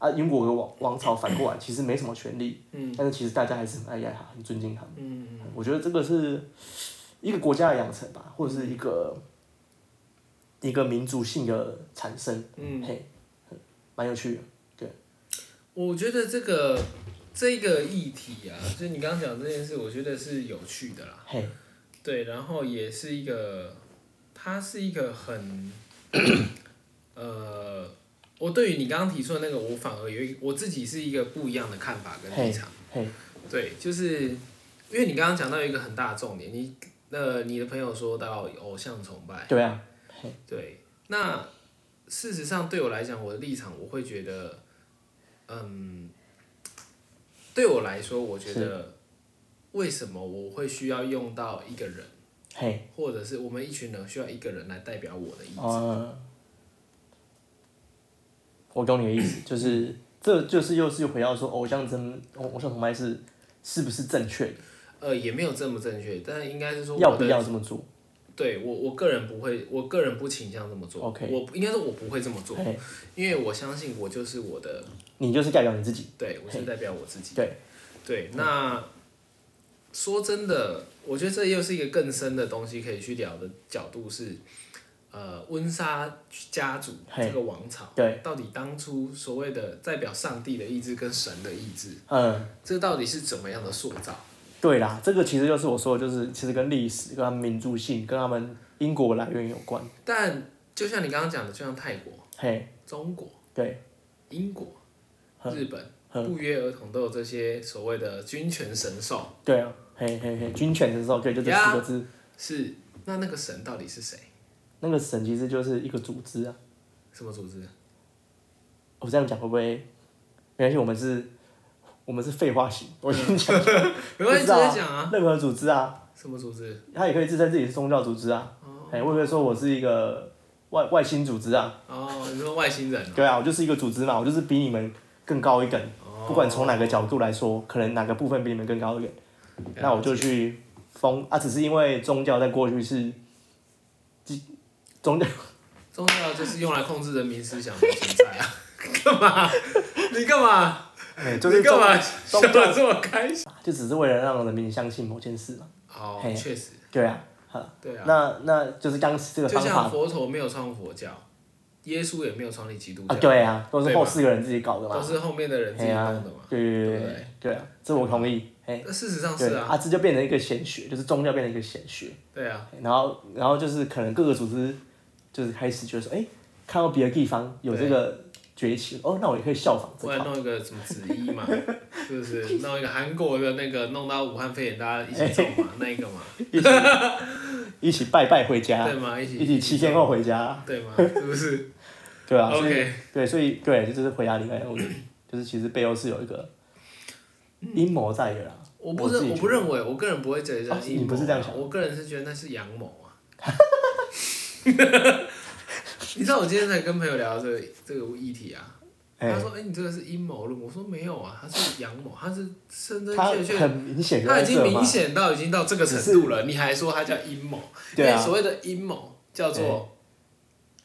S1: 啊，英国的王王朝反 过来其实没什么权力，嗯，但是其实大家还是很爱戴他，很尊敬他们，嗯，我觉得这个是一个国家的养成吧，或者是一个一个民族性的产生，嗯，嘿，蛮有趣的，
S2: 我觉得这个这个议题啊，就是你刚刚讲这件事，我觉得是有趣的啦。
S1: 嘿，
S2: 对，然后也是一个，它是一个很，呃，我对于你刚刚提出的那个，我反而有一我自己是一个不一样的看法跟立
S1: 嘿
S2: 场。，
S1: 嘿，
S2: 对，就是因为你刚刚讲到一个很大的重点，你呃你的朋友说到偶像崇拜，
S1: 对啊，嘿，
S2: 对，那事实上对我来讲，我的立场我会觉得，嗯，对我来说，我觉得为什么我会需要用到一个人？
S1: 嘿，
S2: 或者是我们一群人需要一个人来代表我的意思。
S1: 呃，我懂你的意思， 就是这就是又是回到说哦偶像真偶像崇拜是是不是正确的，
S2: 呃，也没有这么正确，但应该是说
S1: 要
S2: 我
S1: 不
S2: 的，
S1: 要这么做？
S2: 对我我个人不会，我个人不倾向这么做。
S1: OK
S2: 我应该说我不会这么做，
S1: 嘿，
S2: 因为我相信我就是我的，
S1: 你就是代表你自己，
S2: 对我是代表我自己。
S1: 对，
S2: 对，那说真的，我觉得这又是一个更深的东西可以去聊的角度是，呃，温莎家族
S1: 嘿
S2: 这个王朝，
S1: 对，
S2: 到底当初所谓的代表上帝的意志跟神的意志，
S1: 嗯，
S2: 这到底是怎么样的塑造？
S1: 对啦，这个其实就是我说的，就是其实跟历史、跟他们民族性、跟他们英国来源有关，
S2: 但就像你刚刚讲的，就像泰国、
S1: 嘿，
S2: 中国、
S1: 对，
S2: 英国、日本，不约而同都有这些所谓的军权神兽。
S1: 对啊，嘿嘿嘿，军权的时候，对，就这
S2: 呀
S1: 四个字，
S2: 是，那那个神到底是谁？
S1: 那个神其实就是一个组织啊，
S2: 什么组织？
S1: 我这样讲会不会？没关系，我们是，我们是废话型，我先讲。
S2: 没关系，
S1: 不知
S2: 直
S1: 道
S2: 接讲啊。
S1: 任何组织啊，
S2: 什么组织？
S1: 他也可以自称自己是宗教组织啊。哎、我也可以说我是一个外外星组织啊。
S2: 哦，你说外星人？
S1: 对啊，我就是一个组织嘛，我就是比你们更高一等。
S2: 哦
S1: 不管从哪个角度来说，可能哪个部分比你们更高一点，那我就去封啊。只是因为宗教在过去是，宗教
S2: 宗教就是用来控制人民思想的存在啊。 干嘛？你干嘛？
S1: 哎就是
S2: 你干嘛笑
S1: 宗宗
S2: 得这么开心？
S1: 教，就只是为了让人民相信某件事嘛。
S2: 哦
S1: 嘿，
S2: 确实，
S1: 对啊，
S2: 对啊。
S1: 那那就是当时这个
S2: 就
S1: 方
S2: 像
S1: 法
S2: 佛陀没有创佛教，耶稣也没有创立基督
S1: 啊，
S2: 教，
S1: 对啊，都是
S2: 对
S1: 后
S2: 嘛
S1: 四个人自己搞的嘛
S2: 都。是后面的人自己
S1: 嘿啊
S2: 弄的嘛。
S1: 对对对
S2: 对不
S1: 对
S2: 对
S1: 对啊，这我同意。哎，
S2: 那事实上
S1: 对
S2: 是啊，
S1: 啊，这就变成一个显学，就是宗教变成一个显学。
S2: 对啊，
S1: 然后，然后就是可能各个组织就是开始觉得说，哎，看到别的地方有这个崛起，哦，那我也可以效仿这
S2: 不然
S1: 个。
S2: 弄一个什么紫衣 嘛，是不是？弄一个韩国的那个，弄到武汉肺炎，大家一起走 嘛，那一个嘛，
S1: 一起拜拜回家
S2: 对，吗？一起
S1: 啊一起七天后回家，
S2: 对 吗？是不是？
S1: 对啊，所以
S2: OK
S1: 对，所以对，这就是回答哎另外一个问题，就是其实背后是有一个阴谋在的啦。
S2: 我不
S1: 自
S2: 认，
S1: 己
S2: 我
S1: 觉
S2: 不认为，我个人不会觉得
S1: 哦
S2: 是阴谋啊
S1: 你不是这样想
S2: 我个人是觉得那是阳谋 啊。你知道我今天才跟朋友聊这个这个议题啊，
S1: 得
S2: 他说：“哎、你这个是阴谋论。”我说：“没有啊，他是阳谋，他是深真
S1: 哎，他
S2: 切切
S1: 很明显就
S2: 他
S1: 在
S2: 已经
S1: 这嘛
S2: 明，显到已经到这个程度了，你还说他叫阴谋？
S1: 对
S2: 因为
S1: 啊，
S2: 所谓的阴谋叫做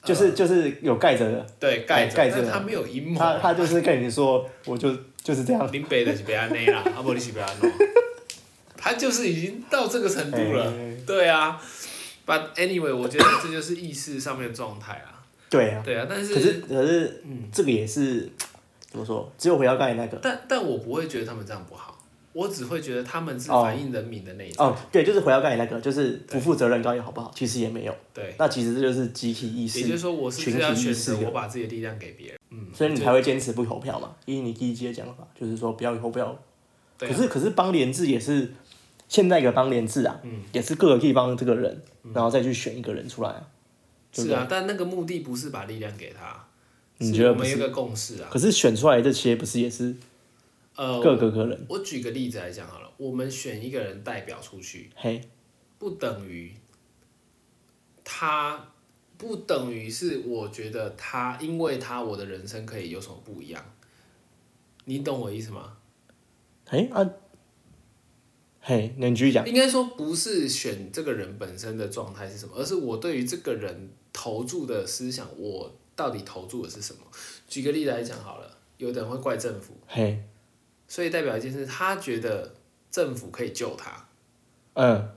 S1: 就是
S2: 嗯
S1: 就是有盖着的，
S2: 对
S1: 哎
S2: 盖
S1: 盖
S2: 着，
S1: 着
S2: 但他没有阴 谋
S1: 他
S2: 啊。
S1: 他就是跟你说，我就就是这样。
S2: 林北的是别安内啦，阿伯你是别安诺，他就是已经到这个程度了。
S1: 哎
S2: 对啊，But anyway，我觉得这就是意识上面的状态 啊。
S1: 对啊，
S2: 对啊，但
S1: 可是嗯可是，这个也是怎么说？只有回到刚才那个
S2: 但但我不会觉得他们这样不好，我只会觉得他们是
S1: 哦
S2: 反映人民的那一种。
S1: 哦，对，就是回到刚才那个，就是不负责任高也好不好？其实也没有。
S2: 对，
S1: 那其实这就是集体意
S2: 也就
S1: 识，
S2: 是说，我是不
S1: 群
S2: 是要
S1: 体意
S2: 选
S1: 识啊
S2: 择
S1: 的
S2: 我把自己的力量给别人？嗯，
S1: 所以你才会坚持不投票嘛。依你第一集的讲法，就是说不要投票。
S2: 对啊
S1: 可是可是邦联制也是现在一个邦联制啊，也是各个地方这个人，然后再去选一个人出来啊。对不
S2: 是啊，但那个目的不是把力量给他，
S1: 你
S2: 是
S1: 觉得
S2: 我
S1: 不
S2: 们有
S1: 是
S2: 一个共识啊？
S1: 可是选出来这些不是也是
S2: 呃，
S1: 各个个人？
S2: 我举个例子来讲好了，我们选一个人代表出去，
S1: 嘿，
S2: 不等于他，不等于是我觉得他，因为他我的人生可以有什么不一样，你懂我意思吗？
S1: 嘿啊，嘿，那你继续讲。
S2: 应该说不是选这个人本身的状态是什么，而是我对于这个人投注的思想，我到底投注的是什么？举个例来讲好了，有的人会怪政府，
S1: 嘿，
S2: 所以代表一件事，他觉得政府可以救他，
S1: 嗯，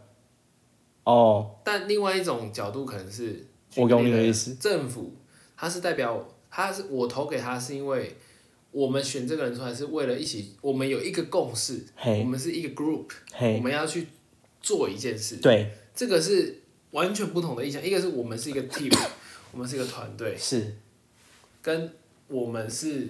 S1: 哦，
S2: 但另外一种角度可能是，
S1: 我懂你的
S2: 举个例来
S1: 意
S2: 讲
S1: 思。
S2: 政府它是代表它是我投给他是因为我们选这个人出来是为了一起，我们有一个共识，我
S1: 嘿，
S2: 们是一个 group，我
S1: 嘿，
S2: 们要去做一件事，
S1: 对，
S2: 这个是完全不同的意向。一个是我们是一个 team，我 们是一个团队，
S1: 是，
S2: 跟我们是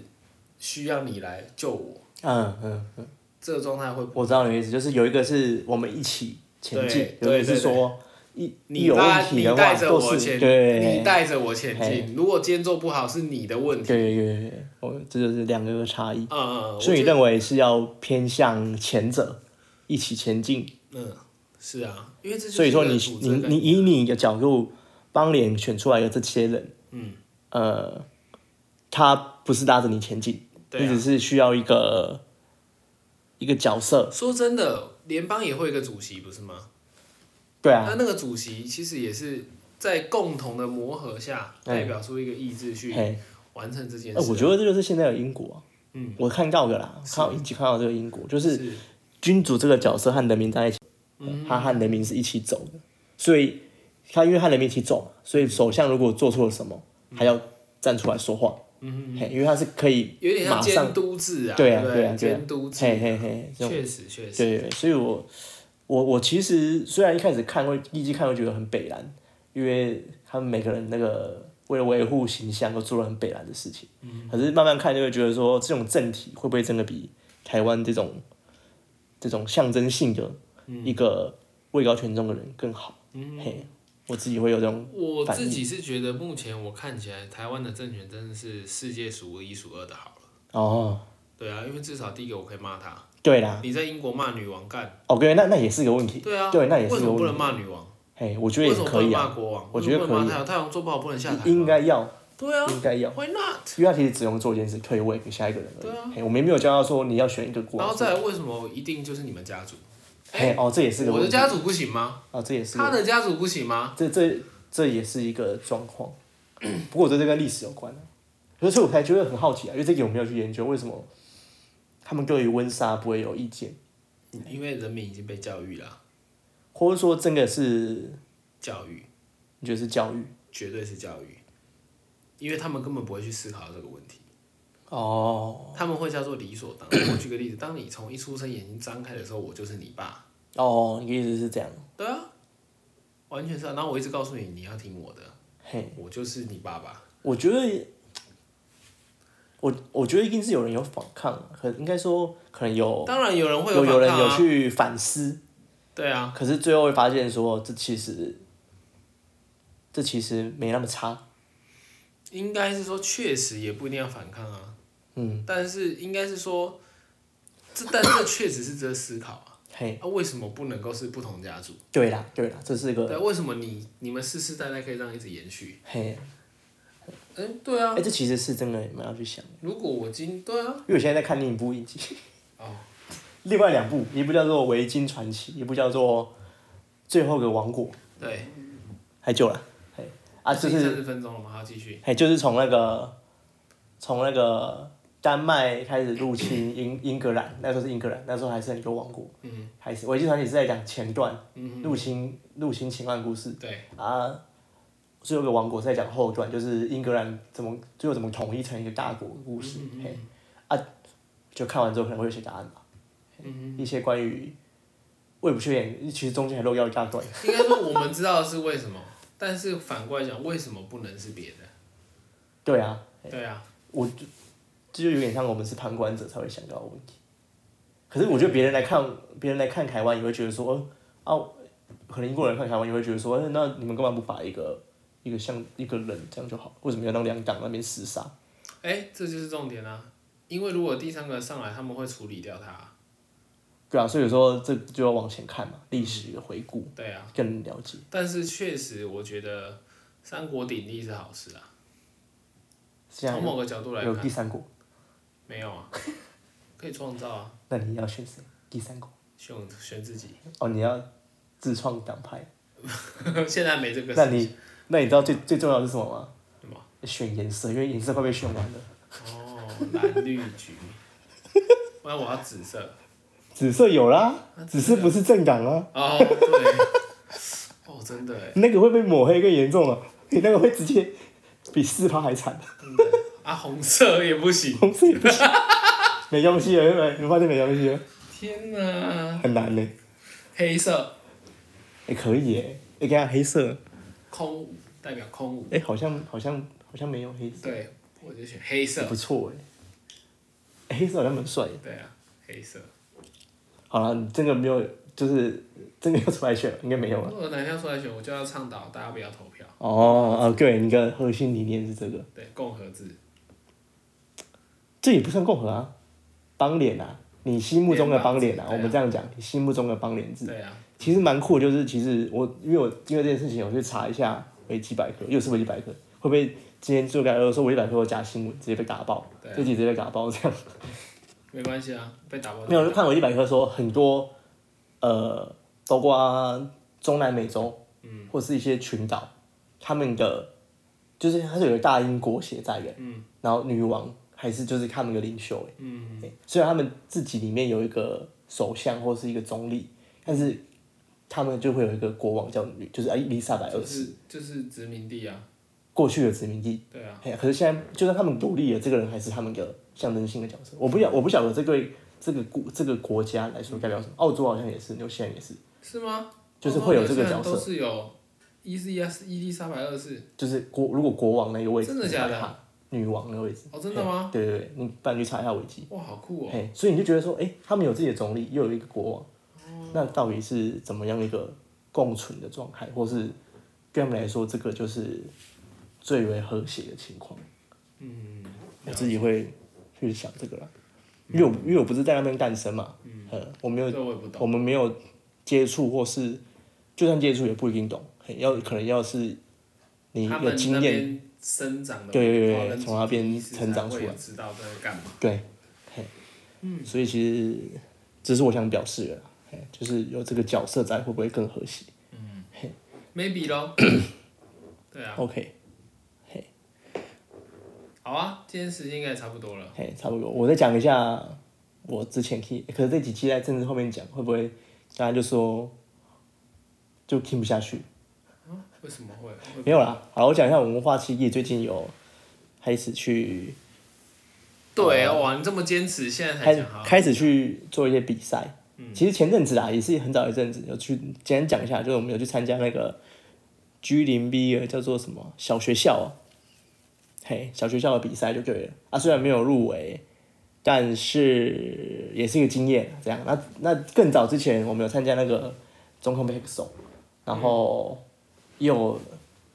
S2: 需要你来救我，
S1: 嗯嗯，
S2: 这个状态会
S1: 我知道你的意思，就是有一个是我们一起前进，
S2: 对
S1: 有一个是
S2: 对对
S1: 说一一
S2: 你
S1: 有问
S2: 带
S1: 题
S2: 你
S1: 的话
S2: 带着
S1: 都
S2: 我
S1: 是
S2: 前，
S1: 对对
S2: 你带着我前进。如果今天做不好是你的问
S1: 对
S2: 题，
S1: 对对对，我这就是两个的差异。
S2: 嗯嗯，嗯我
S1: 所以
S2: 觉
S1: 你
S2: 得
S1: 认为是要偏向前者，一起前进。
S2: 嗯是啊，因为这就是
S1: 所以说
S2: 一个
S1: 你
S2: 组织
S1: 你
S2: 感
S1: 你以你的角度，帮联选出来的这些人，
S2: 嗯，
S1: 呃，他不是拉着你前进，
S2: 对
S1: 你
S2: 啊
S1: 只是需要一个一个角色。
S2: 说真的，联邦也会有一个主席，不是吗？
S1: 对啊，
S2: 那那个主席其实也是在共同的磨合下，代表出一个意志去
S1: 嘿，
S2: 完成这件
S1: 哎
S2: 事。
S1: 我觉得这就是现在的英国啊、
S2: 嗯，
S1: 我看到的啦，看到一起看到这个英国，就是
S2: 是
S1: 君主这个角色和人民在一起，
S2: 嗯
S1: 他和人民是一起走的，所以他因为和人民一起走嘛，所以首相如果做错了什么，
S2: 嗯
S1: 还要站出来说话，嗯因为他是可以
S2: 有点像
S1: 马上
S2: 监，督制啊，
S1: 对啊
S2: 不
S1: 对啊对啊
S2: 监督制，
S1: 嘿嘿嘿，这种
S2: 确实确实，
S1: 对对，所以我我我其实虽然一开始看会第一季看会觉得很北蓝，因为他们每个人那个为了维护形象都做了很北蓝的事情，
S2: 嗯
S1: 可是慢慢看就会觉得说这种政体会不会真的比台湾这种这种象征性的
S2: 嗯
S1: 一个位高权重的人更好？嘿，我自己会有这种
S2: 我
S1: 反
S2: 自己是觉得目前我看起来台湾的政权真的是世界数一数二的好了。
S1: 哦，
S2: 对啊，因为至少第一个我可以骂他，
S1: 对啊啦，
S2: 你在英国骂女王干，
S1: 哦对，那那也是一个问题，
S2: 对啊，
S1: 对那也是
S2: 为什
S1: 个
S2: 么不
S1: 问
S2: 能骂女王？
S1: 嘿，我觉得
S2: 为
S1: 也
S2: 什
S1: 是
S2: 么
S1: 可
S2: 不能
S1: 以
S2: 骂
S1: 啊，
S2: 国王？
S1: 我觉得啊
S2: 为什么不能骂太阳，太阳做不好不能下台吗。
S1: 应应该要
S2: 对啊，
S1: 应该要。
S2: Why not？
S1: 因为他其实只用做一件事，退位给下一个人而已。
S2: 对啊
S1: 嘿我们也没有教他说你要选一个国
S2: 然后
S1: 王。
S2: 再来，为什么一定就是你们家族？
S1: 嘿，哦，这也是个
S2: 我
S1: 问
S2: 的
S1: 题
S2: 家族不行吗？
S1: 啊，这也是
S2: 他
S1: 个
S2: 的家族不行吗？
S1: 这这这也是一个状况。 不过我觉得这跟历史有关啊，所以所以我才觉得很好奇啊，因为这个我没有去研究为什么他们对于温莎不会有意见，
S2: 因为人民已经被教育了，
S1: 或者说真的是
S2: 教育
S1: 你觉得是教育
S2: 绝对是教育，因为他们根本不会去思考这个问题，
S1: 哦
S2: 他们会叫做理所当 然。我举个例子，当你从一出生眼睛张开的时候，我就是你爸，
S1: 哦，你的意思是这样，
S2: 对啊，完全是啊。然后我一直告诉你你要听我的，
S1: 嘿。
S2: 我就是你爸爸。
S1: 我觉得，我我觉得一定是有人有反抗，啊可应该说可能有
S2: 当然有人会
S1: 哦有有
S2: 反
S1: 人
S2: 抗
S1: 有
S2: 啊，
S1: 去反思，
S2: 对啊，
S1: 可是最后会发现说这其实这其实没那么差，
S2: 应该是说确实也不一定要反抗啊，
S1: 嗯，
S2: 但是应该是说，这但这确实是值得思考啊。
S1: 嘿，
S2: 啊，为什么不能够是不同家族？
S1: 对啦对啦，这是一
S2: 对
S1: 个
S2: 啊，为什么你你们世世代代可以这样一直延续？
S1: 嘿，
S2: 嗯，对啊
S1: 哎、，这其实是真的我们要去想，
S2: 如果我今对啊，
S1: 因为我现在在看另一部影集，
S2: 哦，
S1: 另外两部，一部叫做《维京传奇》，一部叫做《最后的王国》，
S2: 对
S1: 还久了，嘿，哦啊，就
S2: 三
S1: 是
S2: 十分钟了嘛，好，继续。
S1: 嘿，就是从那个从那个丹麦开始入侵英英格兰，那时候是英格兰，那时候还是很多王国，
S2: 嗯
S1: 开始维京传奇是在讲前段
S2: 嗯
S1: 入侵入侵秦汉故事
S2: 哼，对，
S1: 啊，最后一个王国是在讲后段，就是英格兰怎么最后怎么统一成一个大国的故事，嘿啊，就看完之后可能会有一些答案吧，
S2: 嗯
S1: 一些关于我也不确定，其实中间还漏掉一大段，
S2: 哼，应该说我们知道的是为什么，但是反过来讲，为什么不能是别的？
S1: 对啊，
S2: 对啊，
S1: 我就这就有点像我们是旁观者才会想到的问题。可是我觉得别人来看，别人来看台湾也会觉得说，呃啊，可能英国人看台湾也会觉得说，呃那你们干嘛不把一个一个像一个人这样就好？为什么要让两党那边厮杀？
S2: 哎，这就是重点啊，因为如果第三个上来，他们会处理掉他啊。
S1: 对啊，所以说这就要往前看嘛，历史的回顾
S2: 对啊。
S1: 更了解。
S2: 但是确实，我觉得三国鼎立是好事啊。
S1: 现在啊有
S2: 从某个角度来
S1: 有
S2: 看，
S1: 第三国，
S2: 没有啊，可以创造啊，
S1: 那你要选谁？第三国？
S2: 选选自己。
S1: 哦，你要自创党派。
S2: 现在没这个
S1: 那
S2: 事情。
S1: 你那你知道最最重要的是什么吗？
S2: 什么？
S1: 选颜色，因为颜色快被选完了。
S2: 哦，蓝绿橘。不然我要紫色。
S1: 紫色有啦
S2: 啊，
S1: 紫色不是政党啊，
S2: 哦，对。哦，真的哎。
S1: 那个会被抹黑更严重啊，你那个会直接比四趴还惨，
S2: 真的啊，红色也不行。
S1: 红色也 不行，没东西了，没你发现没东西了，
S2: 天哪！
S1: 很难呢、
S2: 黑色
S1: 哎、可以耶、哎、给它黑色，
S2: 空无代表空无。
S1: 哎、好像好像好像没有黑色，
S2: 对，我就选黑色
S1: 不。错哎、哎黑色好像蛮帅的。
S2: 对啊，黑色。
S1: 好了，你真的没有，就是真的要出来选了，应该没有
S2: 如
S1: 了。
S2: 果哪天出来选，我就要倡导大家不要投票，
S1: 哦哦，对，你的核心理念是这个，
S2: 对，共和制。
S1: 这也不算共和啊，邦联啊，你心目中的邦联
S2: 联
S1: 啊，
S2: 邦制
S1: 我们这样讲，你心目中的邦联制。
S2: 对啊，
S1: 其实蛮酷的，就是其实我因为我因为这件事情，我去查一下维基百科，又是维基百科，会不会今天做改，我说维基百科有假新闻，直接被打爆，
S2: 对啊
S1: 这集直接被打爆这样。
S2: 没关系啊，被打爆。
S1: 没有，我就看维基百科说很多，呃，包括中南美洲，嗯，或是一些群岛，他们的就是它是有个大英国血在的，嗯，然后女王还是就是他们的领袖，
S2: 嗯，
S1: 欸虽然他们自己里面有一个首相或是一个总理，但是他们就会有一个国王叫女，就是哎伊丽莎白二世
S2: 就是就是殖民地啊，
S1: 过去的殖民地。
S2: 对啊，
S1: 哎呀，可是现在就算他们独立了，这个人还是他们的象征性的角色。我不晓我不晓得这对这个国这个国家来说代表什么。澳洲好像也是，纽西兰也是，
S2: 是吗？哦
S1: 就是会有这个角色
S2: 欧洲纽西兰都是有，E 伊丽莎伊丽莎白二世，
S1: 就是国如果国王那个位置，
S2: 真的假的
S1: 你把它？女王的位置。
S2: 哦，真的吗？
S1: 嘿？对对对，你不然你去查一下维基。
S2: 哇，好酷哦！
S1: 嘿，所以你就觉得说，哎、他们有自己的总理，又有一个国王，那到底是怎么样一个共存的状态，或是对他们来说，这个就是最为和谐的情况。
S2: 嗯，
S1: 我自己会去想这个啦，因为我因为我不是在那边诞生嘛，嗯，我没有，
S2: 这我也不懂。
S1: 我们没有接触，或是就算接触也不一定懂，嘿要可能要是你
S2: 他
S1: 有
S2: 们那
S1: 经验，
S2: 边生长的
S1: 对对对对
S2: 文化跟
S1: 从那边
S2: 集体意识
S1: 成长
S2: 才会
S1: 出来
S2: 知道在干嘛。
S1: 对，嘿，嗯，所以其实这是我想表示的啦，嘿，就是有这个角色在，会不会更和谐？
S2: maybe 咯。对啊，
S1: OK，
S2: 好啊，今天时间应该也差不多了。
S1: 嘿，差不多。我再讲一下我之前 K，可是这几期在政治后面讲，会不会大家就说就听不下去？
S2: 啊为什么会？会
S1: 没有啦，好，我讲一下我们文化企业最近有开始去
S2: 对啊，哇，你这么坚持，现在才
S1: 开
S2: 讲嗯好。
S1: 开始去做一些比赛。其实前阵子啊，也是很早一阵子有去，简单讲一下，就是我们有去参加那个 G 零 B 的叫做什么小学校啊，嘿，小学校的比赛就对了啊。虽然没有入围，但是也是一个经验。啊这样，那那更早之前我们有参加那个中控 Pixel，然后也有，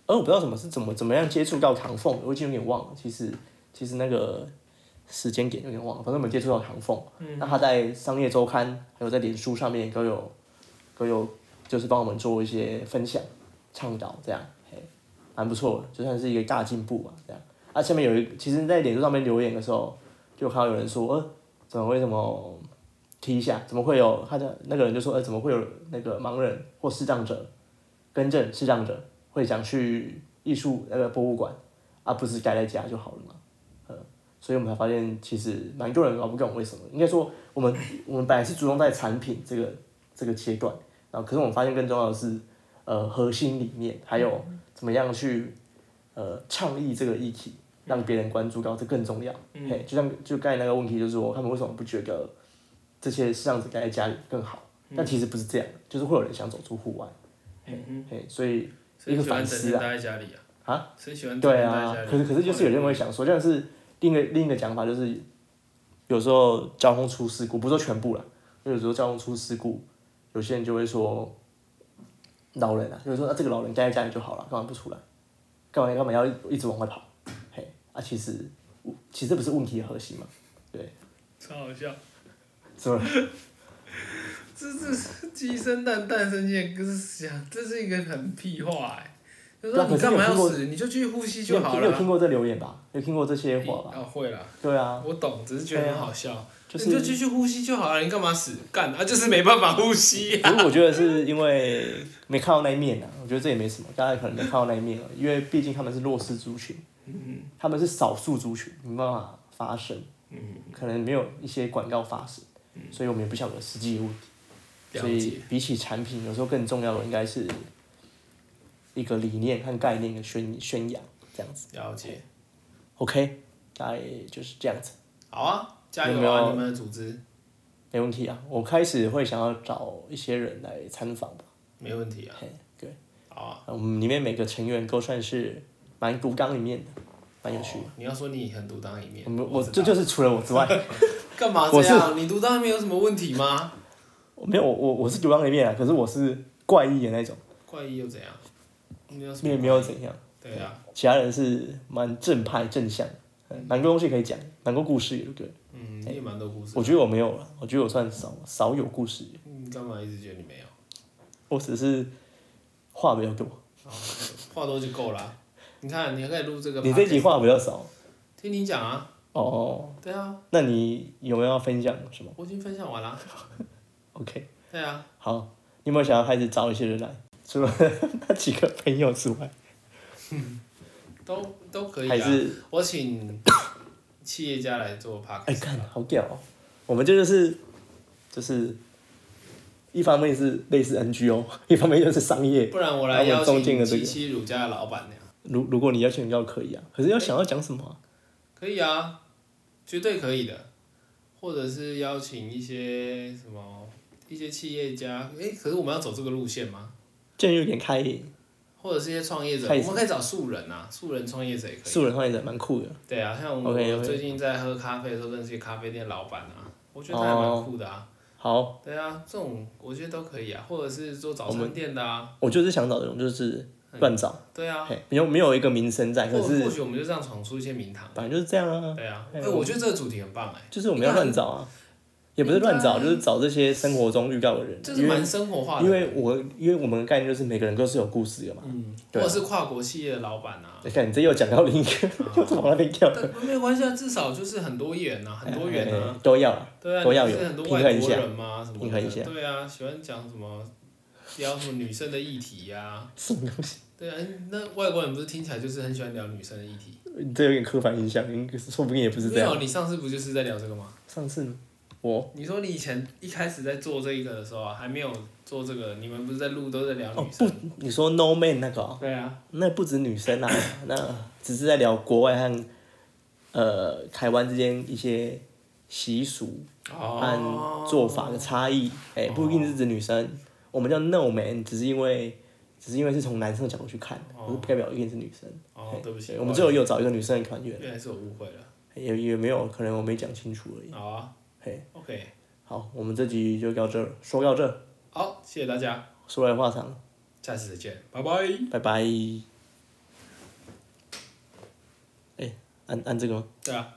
S1: 呃，我不知道怎么是怎么怎么样接触到唐凤，我已经有点忘了。其实其实那个时间点有点忘了，反正我们接触到唐凤，那他在《商业周刊》还有在脸书上面都有都有，就是帮我们做一些分享、倡导这样，嘿，蛮不错的，就算是一个大进步吧，这样。啊，下面有一，其实，在脸书上面留言的时候，就看到有人说，呃，怎么为什么踢一下？怎么会有他的那个人就说，呃，怎么会有那个盲人或视障者，更正视障者会想去艺术那个博物馆，而、不是待在家就好了嘛？呃，所以我们才发现，其实蛮多人搞不懂为什么。应该说，我们 我们本来是注重在产品这个这个阶段，然后可是我们发现更重要的是，呃，核心理念还有怎么样去呃倡议这个议题，让别人关注到，这更重要。嘿，就像就刚才那个问题，就是说他们为什么不觉得这些摄像子待在家里更好？但其实不是这样，就是会有人想走出户外。
S2: 嗯
S1: 嘿，所以
S2: 谁
S1: 一个
S2: 喜欢
S1: 反
S2: 整
S1: 思
S2: 天
S1: 啊
S2: 待在家里啊？啊？谁喜欢整
S1: 对
S2: 天待
S1: 啊
S2: 在家，里？
S1: 可是可是就是有
S2: 哦
S1: 人会想说，但是另一个另一个讲法就是，有时候交通出事故，不是说全部啦，有时候交通出事故，有些人就会说，老人啊，就是说啊这个老人待在家里就好了，干嘛不出来？干嘛干嘛要一直往外跑？嘿，啊其实其实这不是问题的核心嘛，
S2: 超好笑。
S1: 是吧？
S2: 这这是鸡生蛋，蛋生鸡，可是想这是一个很屁话哎、就
S1: 对
S2: 说
S1: 啊
S2: 你
S1: 可是
S2: 干嘛
S1: 有
S2: 要
S1: 听过
S2: 死？你就去呼吸
S1: 你
S2: 就
S1: 有
S2: 好
S1: 你有听
S2: 了。啊
S1: 过这留言吧？有听过这些话吧？
S2: 哦，会啦，
S1: 对啊，
S2: 我懂，只是觉得很好笑。
S1: 就是
S2: 你就继续呼吸就好了，你干嘛死干啊？就是没办法呼吸、
S1: 可是我觉得是因为没看到那一面啊，我觉得这也没什么，大家可能没看到那一面而已因为毕竟他们是弱势族群，
S2: 嗯
S1: 他们是少数族群，没办法发声，可能没有一些广告发声，所以我们也不晓得实际的问题。所
S2: 嗯了解
S1: 以，比起产品，有时候更重要的应该是一个理念和概念的宣宣扬，这样子。
S2: 了解。
S1: OK，大概就是这样子，
S2: 好啊，加油
S1: 有没
S2: 啊！
S1: 有
S2: 你们的组织
S1: 没问题啊。我开始会想要找一些人来参访吧。
S2: 没问题啊。
S1: 嘿，对。
S2: 好啊，
S1: 我们里面每个成员都算是蛮独当一面的，蛮有趣的。
S2: 哦你要说你很独当一面，
S1: 我们我
S2: 知
S1: 这
S2: 道
S1: 就是除了我之外，
S2: 干嘛这
S1: 我是
S2: 样？你独当一面有什么问题吗？
S1: 我没有我我我是独当一面啊，可是我是怪异的那种，
S2: 怪异又怎样？没有什么
S1: 没有没有怎样。
S2: 对啊，
S1: 其他人是蛮正派正向的，嗯蛮多东西可以讲，蛮多故事有对。
S2: 嗯，你也蛮多故事。
S1: 我觉得我没有了，我觉得我算少少有故事，
S2: 你干嘛一直觉得你没有？
S1: 我只是话比较多。
S2: 哦话多就够了啊。你看，你还可以录这个。
S1: 你这集，话比较少
S2: 听你讲啊。
S1: 哦，
S2: 对啊，
S1: 那你有没有要分享什么
S2: 我已经分享完了。
S1: ？OK，
S2: 对啊，
S1: 好，你有没有想要开始找一些人来？除了 那几个朋友之外，
S2: 都都可以
S1: 还
S2: 啊。
S1: 是
S2: 我请 企业家来做 p o d
S1: 哎，
S2: c a
S1: 看好屌哦！我们这就是就是，一方面是类似 NGO，一方面又是商业。
S2: 不然我
S1: 那
S2: 来
S1: 我们
S2: 邀
S1: 中间
S2: 请
S1: 的这个
S2: 七七乳家的老板娘。
S1: 如如果你要请教可以啊，可是要想要讲什么啊、
S2: 可以啊，绝对可以的。或者是邀请一些什么一些企业家，诶，可是我们要走这个路线吗？
S1: 这样有点开
S2: 或者是一些创业者，
S1: 开始
S2: 我们可以找素人啊，素人创业者也可以。
S1: 素人创业者蛮酷的，
S2: 对啊，像我
S1: OK，OK
S2: 最近在喝咖啡的时候认识一个咖啡店老板啊，我觉得他还蛮
S1: 哦
S2: 酷的啊。
S1: 好，
S2: 对啊，这种我觉得都可以啊，或者是做早餐店的啊，
S1: 我就是想找这种就是乱找，
S2: 对啊，
S1: 嘿，没有没有一个名声在，
S2: 或
S1: 可是
S2: 或许我们就这样闯出一些名堂。
S1: 反正就是这样啊，
S2: 对啊，哎、
S1: 哎
S2: 我觉得这个主题很棒哎、
S1: 就是我们要乱找啊，也不是乱找，就是找这些生活中遇到的人，
S2: 这是
S1: 因为
S2: 蛮生活化的，
S1: 因为我因为我们的概念就是每个人都是有故事的嘛。
S2: 嗯，或
S1: 对啊
S2: 者是跨国企业的老板啊，
S1: 你看你这又讲到另一个， 又是往那边跳了，
S2: 但没有关系啊，至少就是很多元呐、啊，很多元
S1: 哎
S2: 啊，
S1: 哎都要啊，
S2: 对啊，
S1: 都要
S2: 你
S1: 有
S2: 是很多
S1: 平
S2: 外
S1: 衡一
S2: 国
S1: 下
S2: 人嘛，什么
S1: 平衡一
S2: 的，
S1: 下
S2: 对啊，喜欢讲什么聊什么女生的议题啊呀、
S1: 什么东西？
S2: 对啊，那外国人不是听起来就是很喜欢聊女生的议题？
S1: 你这有点刻板印象，你说不定也不是这
S2: 没
S1: 样。哦
S2: 有，你上次不就是在聊这个吗？
S1: 上次我
S2: 你说你以前一开始在做这个的时候啊，还没有做这个，你们不是在录都在聊
S1: 哦
S2: 女生？
S1: 不，你说 No Man 那个哦、
S2: 对啊，
S1: 那不止女生啊， 那只是在聊国外和呃台湾之间一些习俗
S2: 哦
S1: 和，做法的差异，哎、不一定是指女生，我们叫 no man，只是因为只是因为是从男生的角度去看，不是代表一定是女生。
S2: 哦，对不起，
S1: 对我们最后有找一个女生的团员，
S2: 原来是我误会了。
S1: 也也没有可能我没讲清楚而已。
S2: 好啊
S1: 嘿，
S2: ，OK，
S1: 好，我们这集就到这儿，说到这儿，
S2: 好，谢谢大家，
S1: 说来话长，
S2: 下次再见，拜拜。
S1: 拜拜。哎、按按这个吗？
S2: 对啊，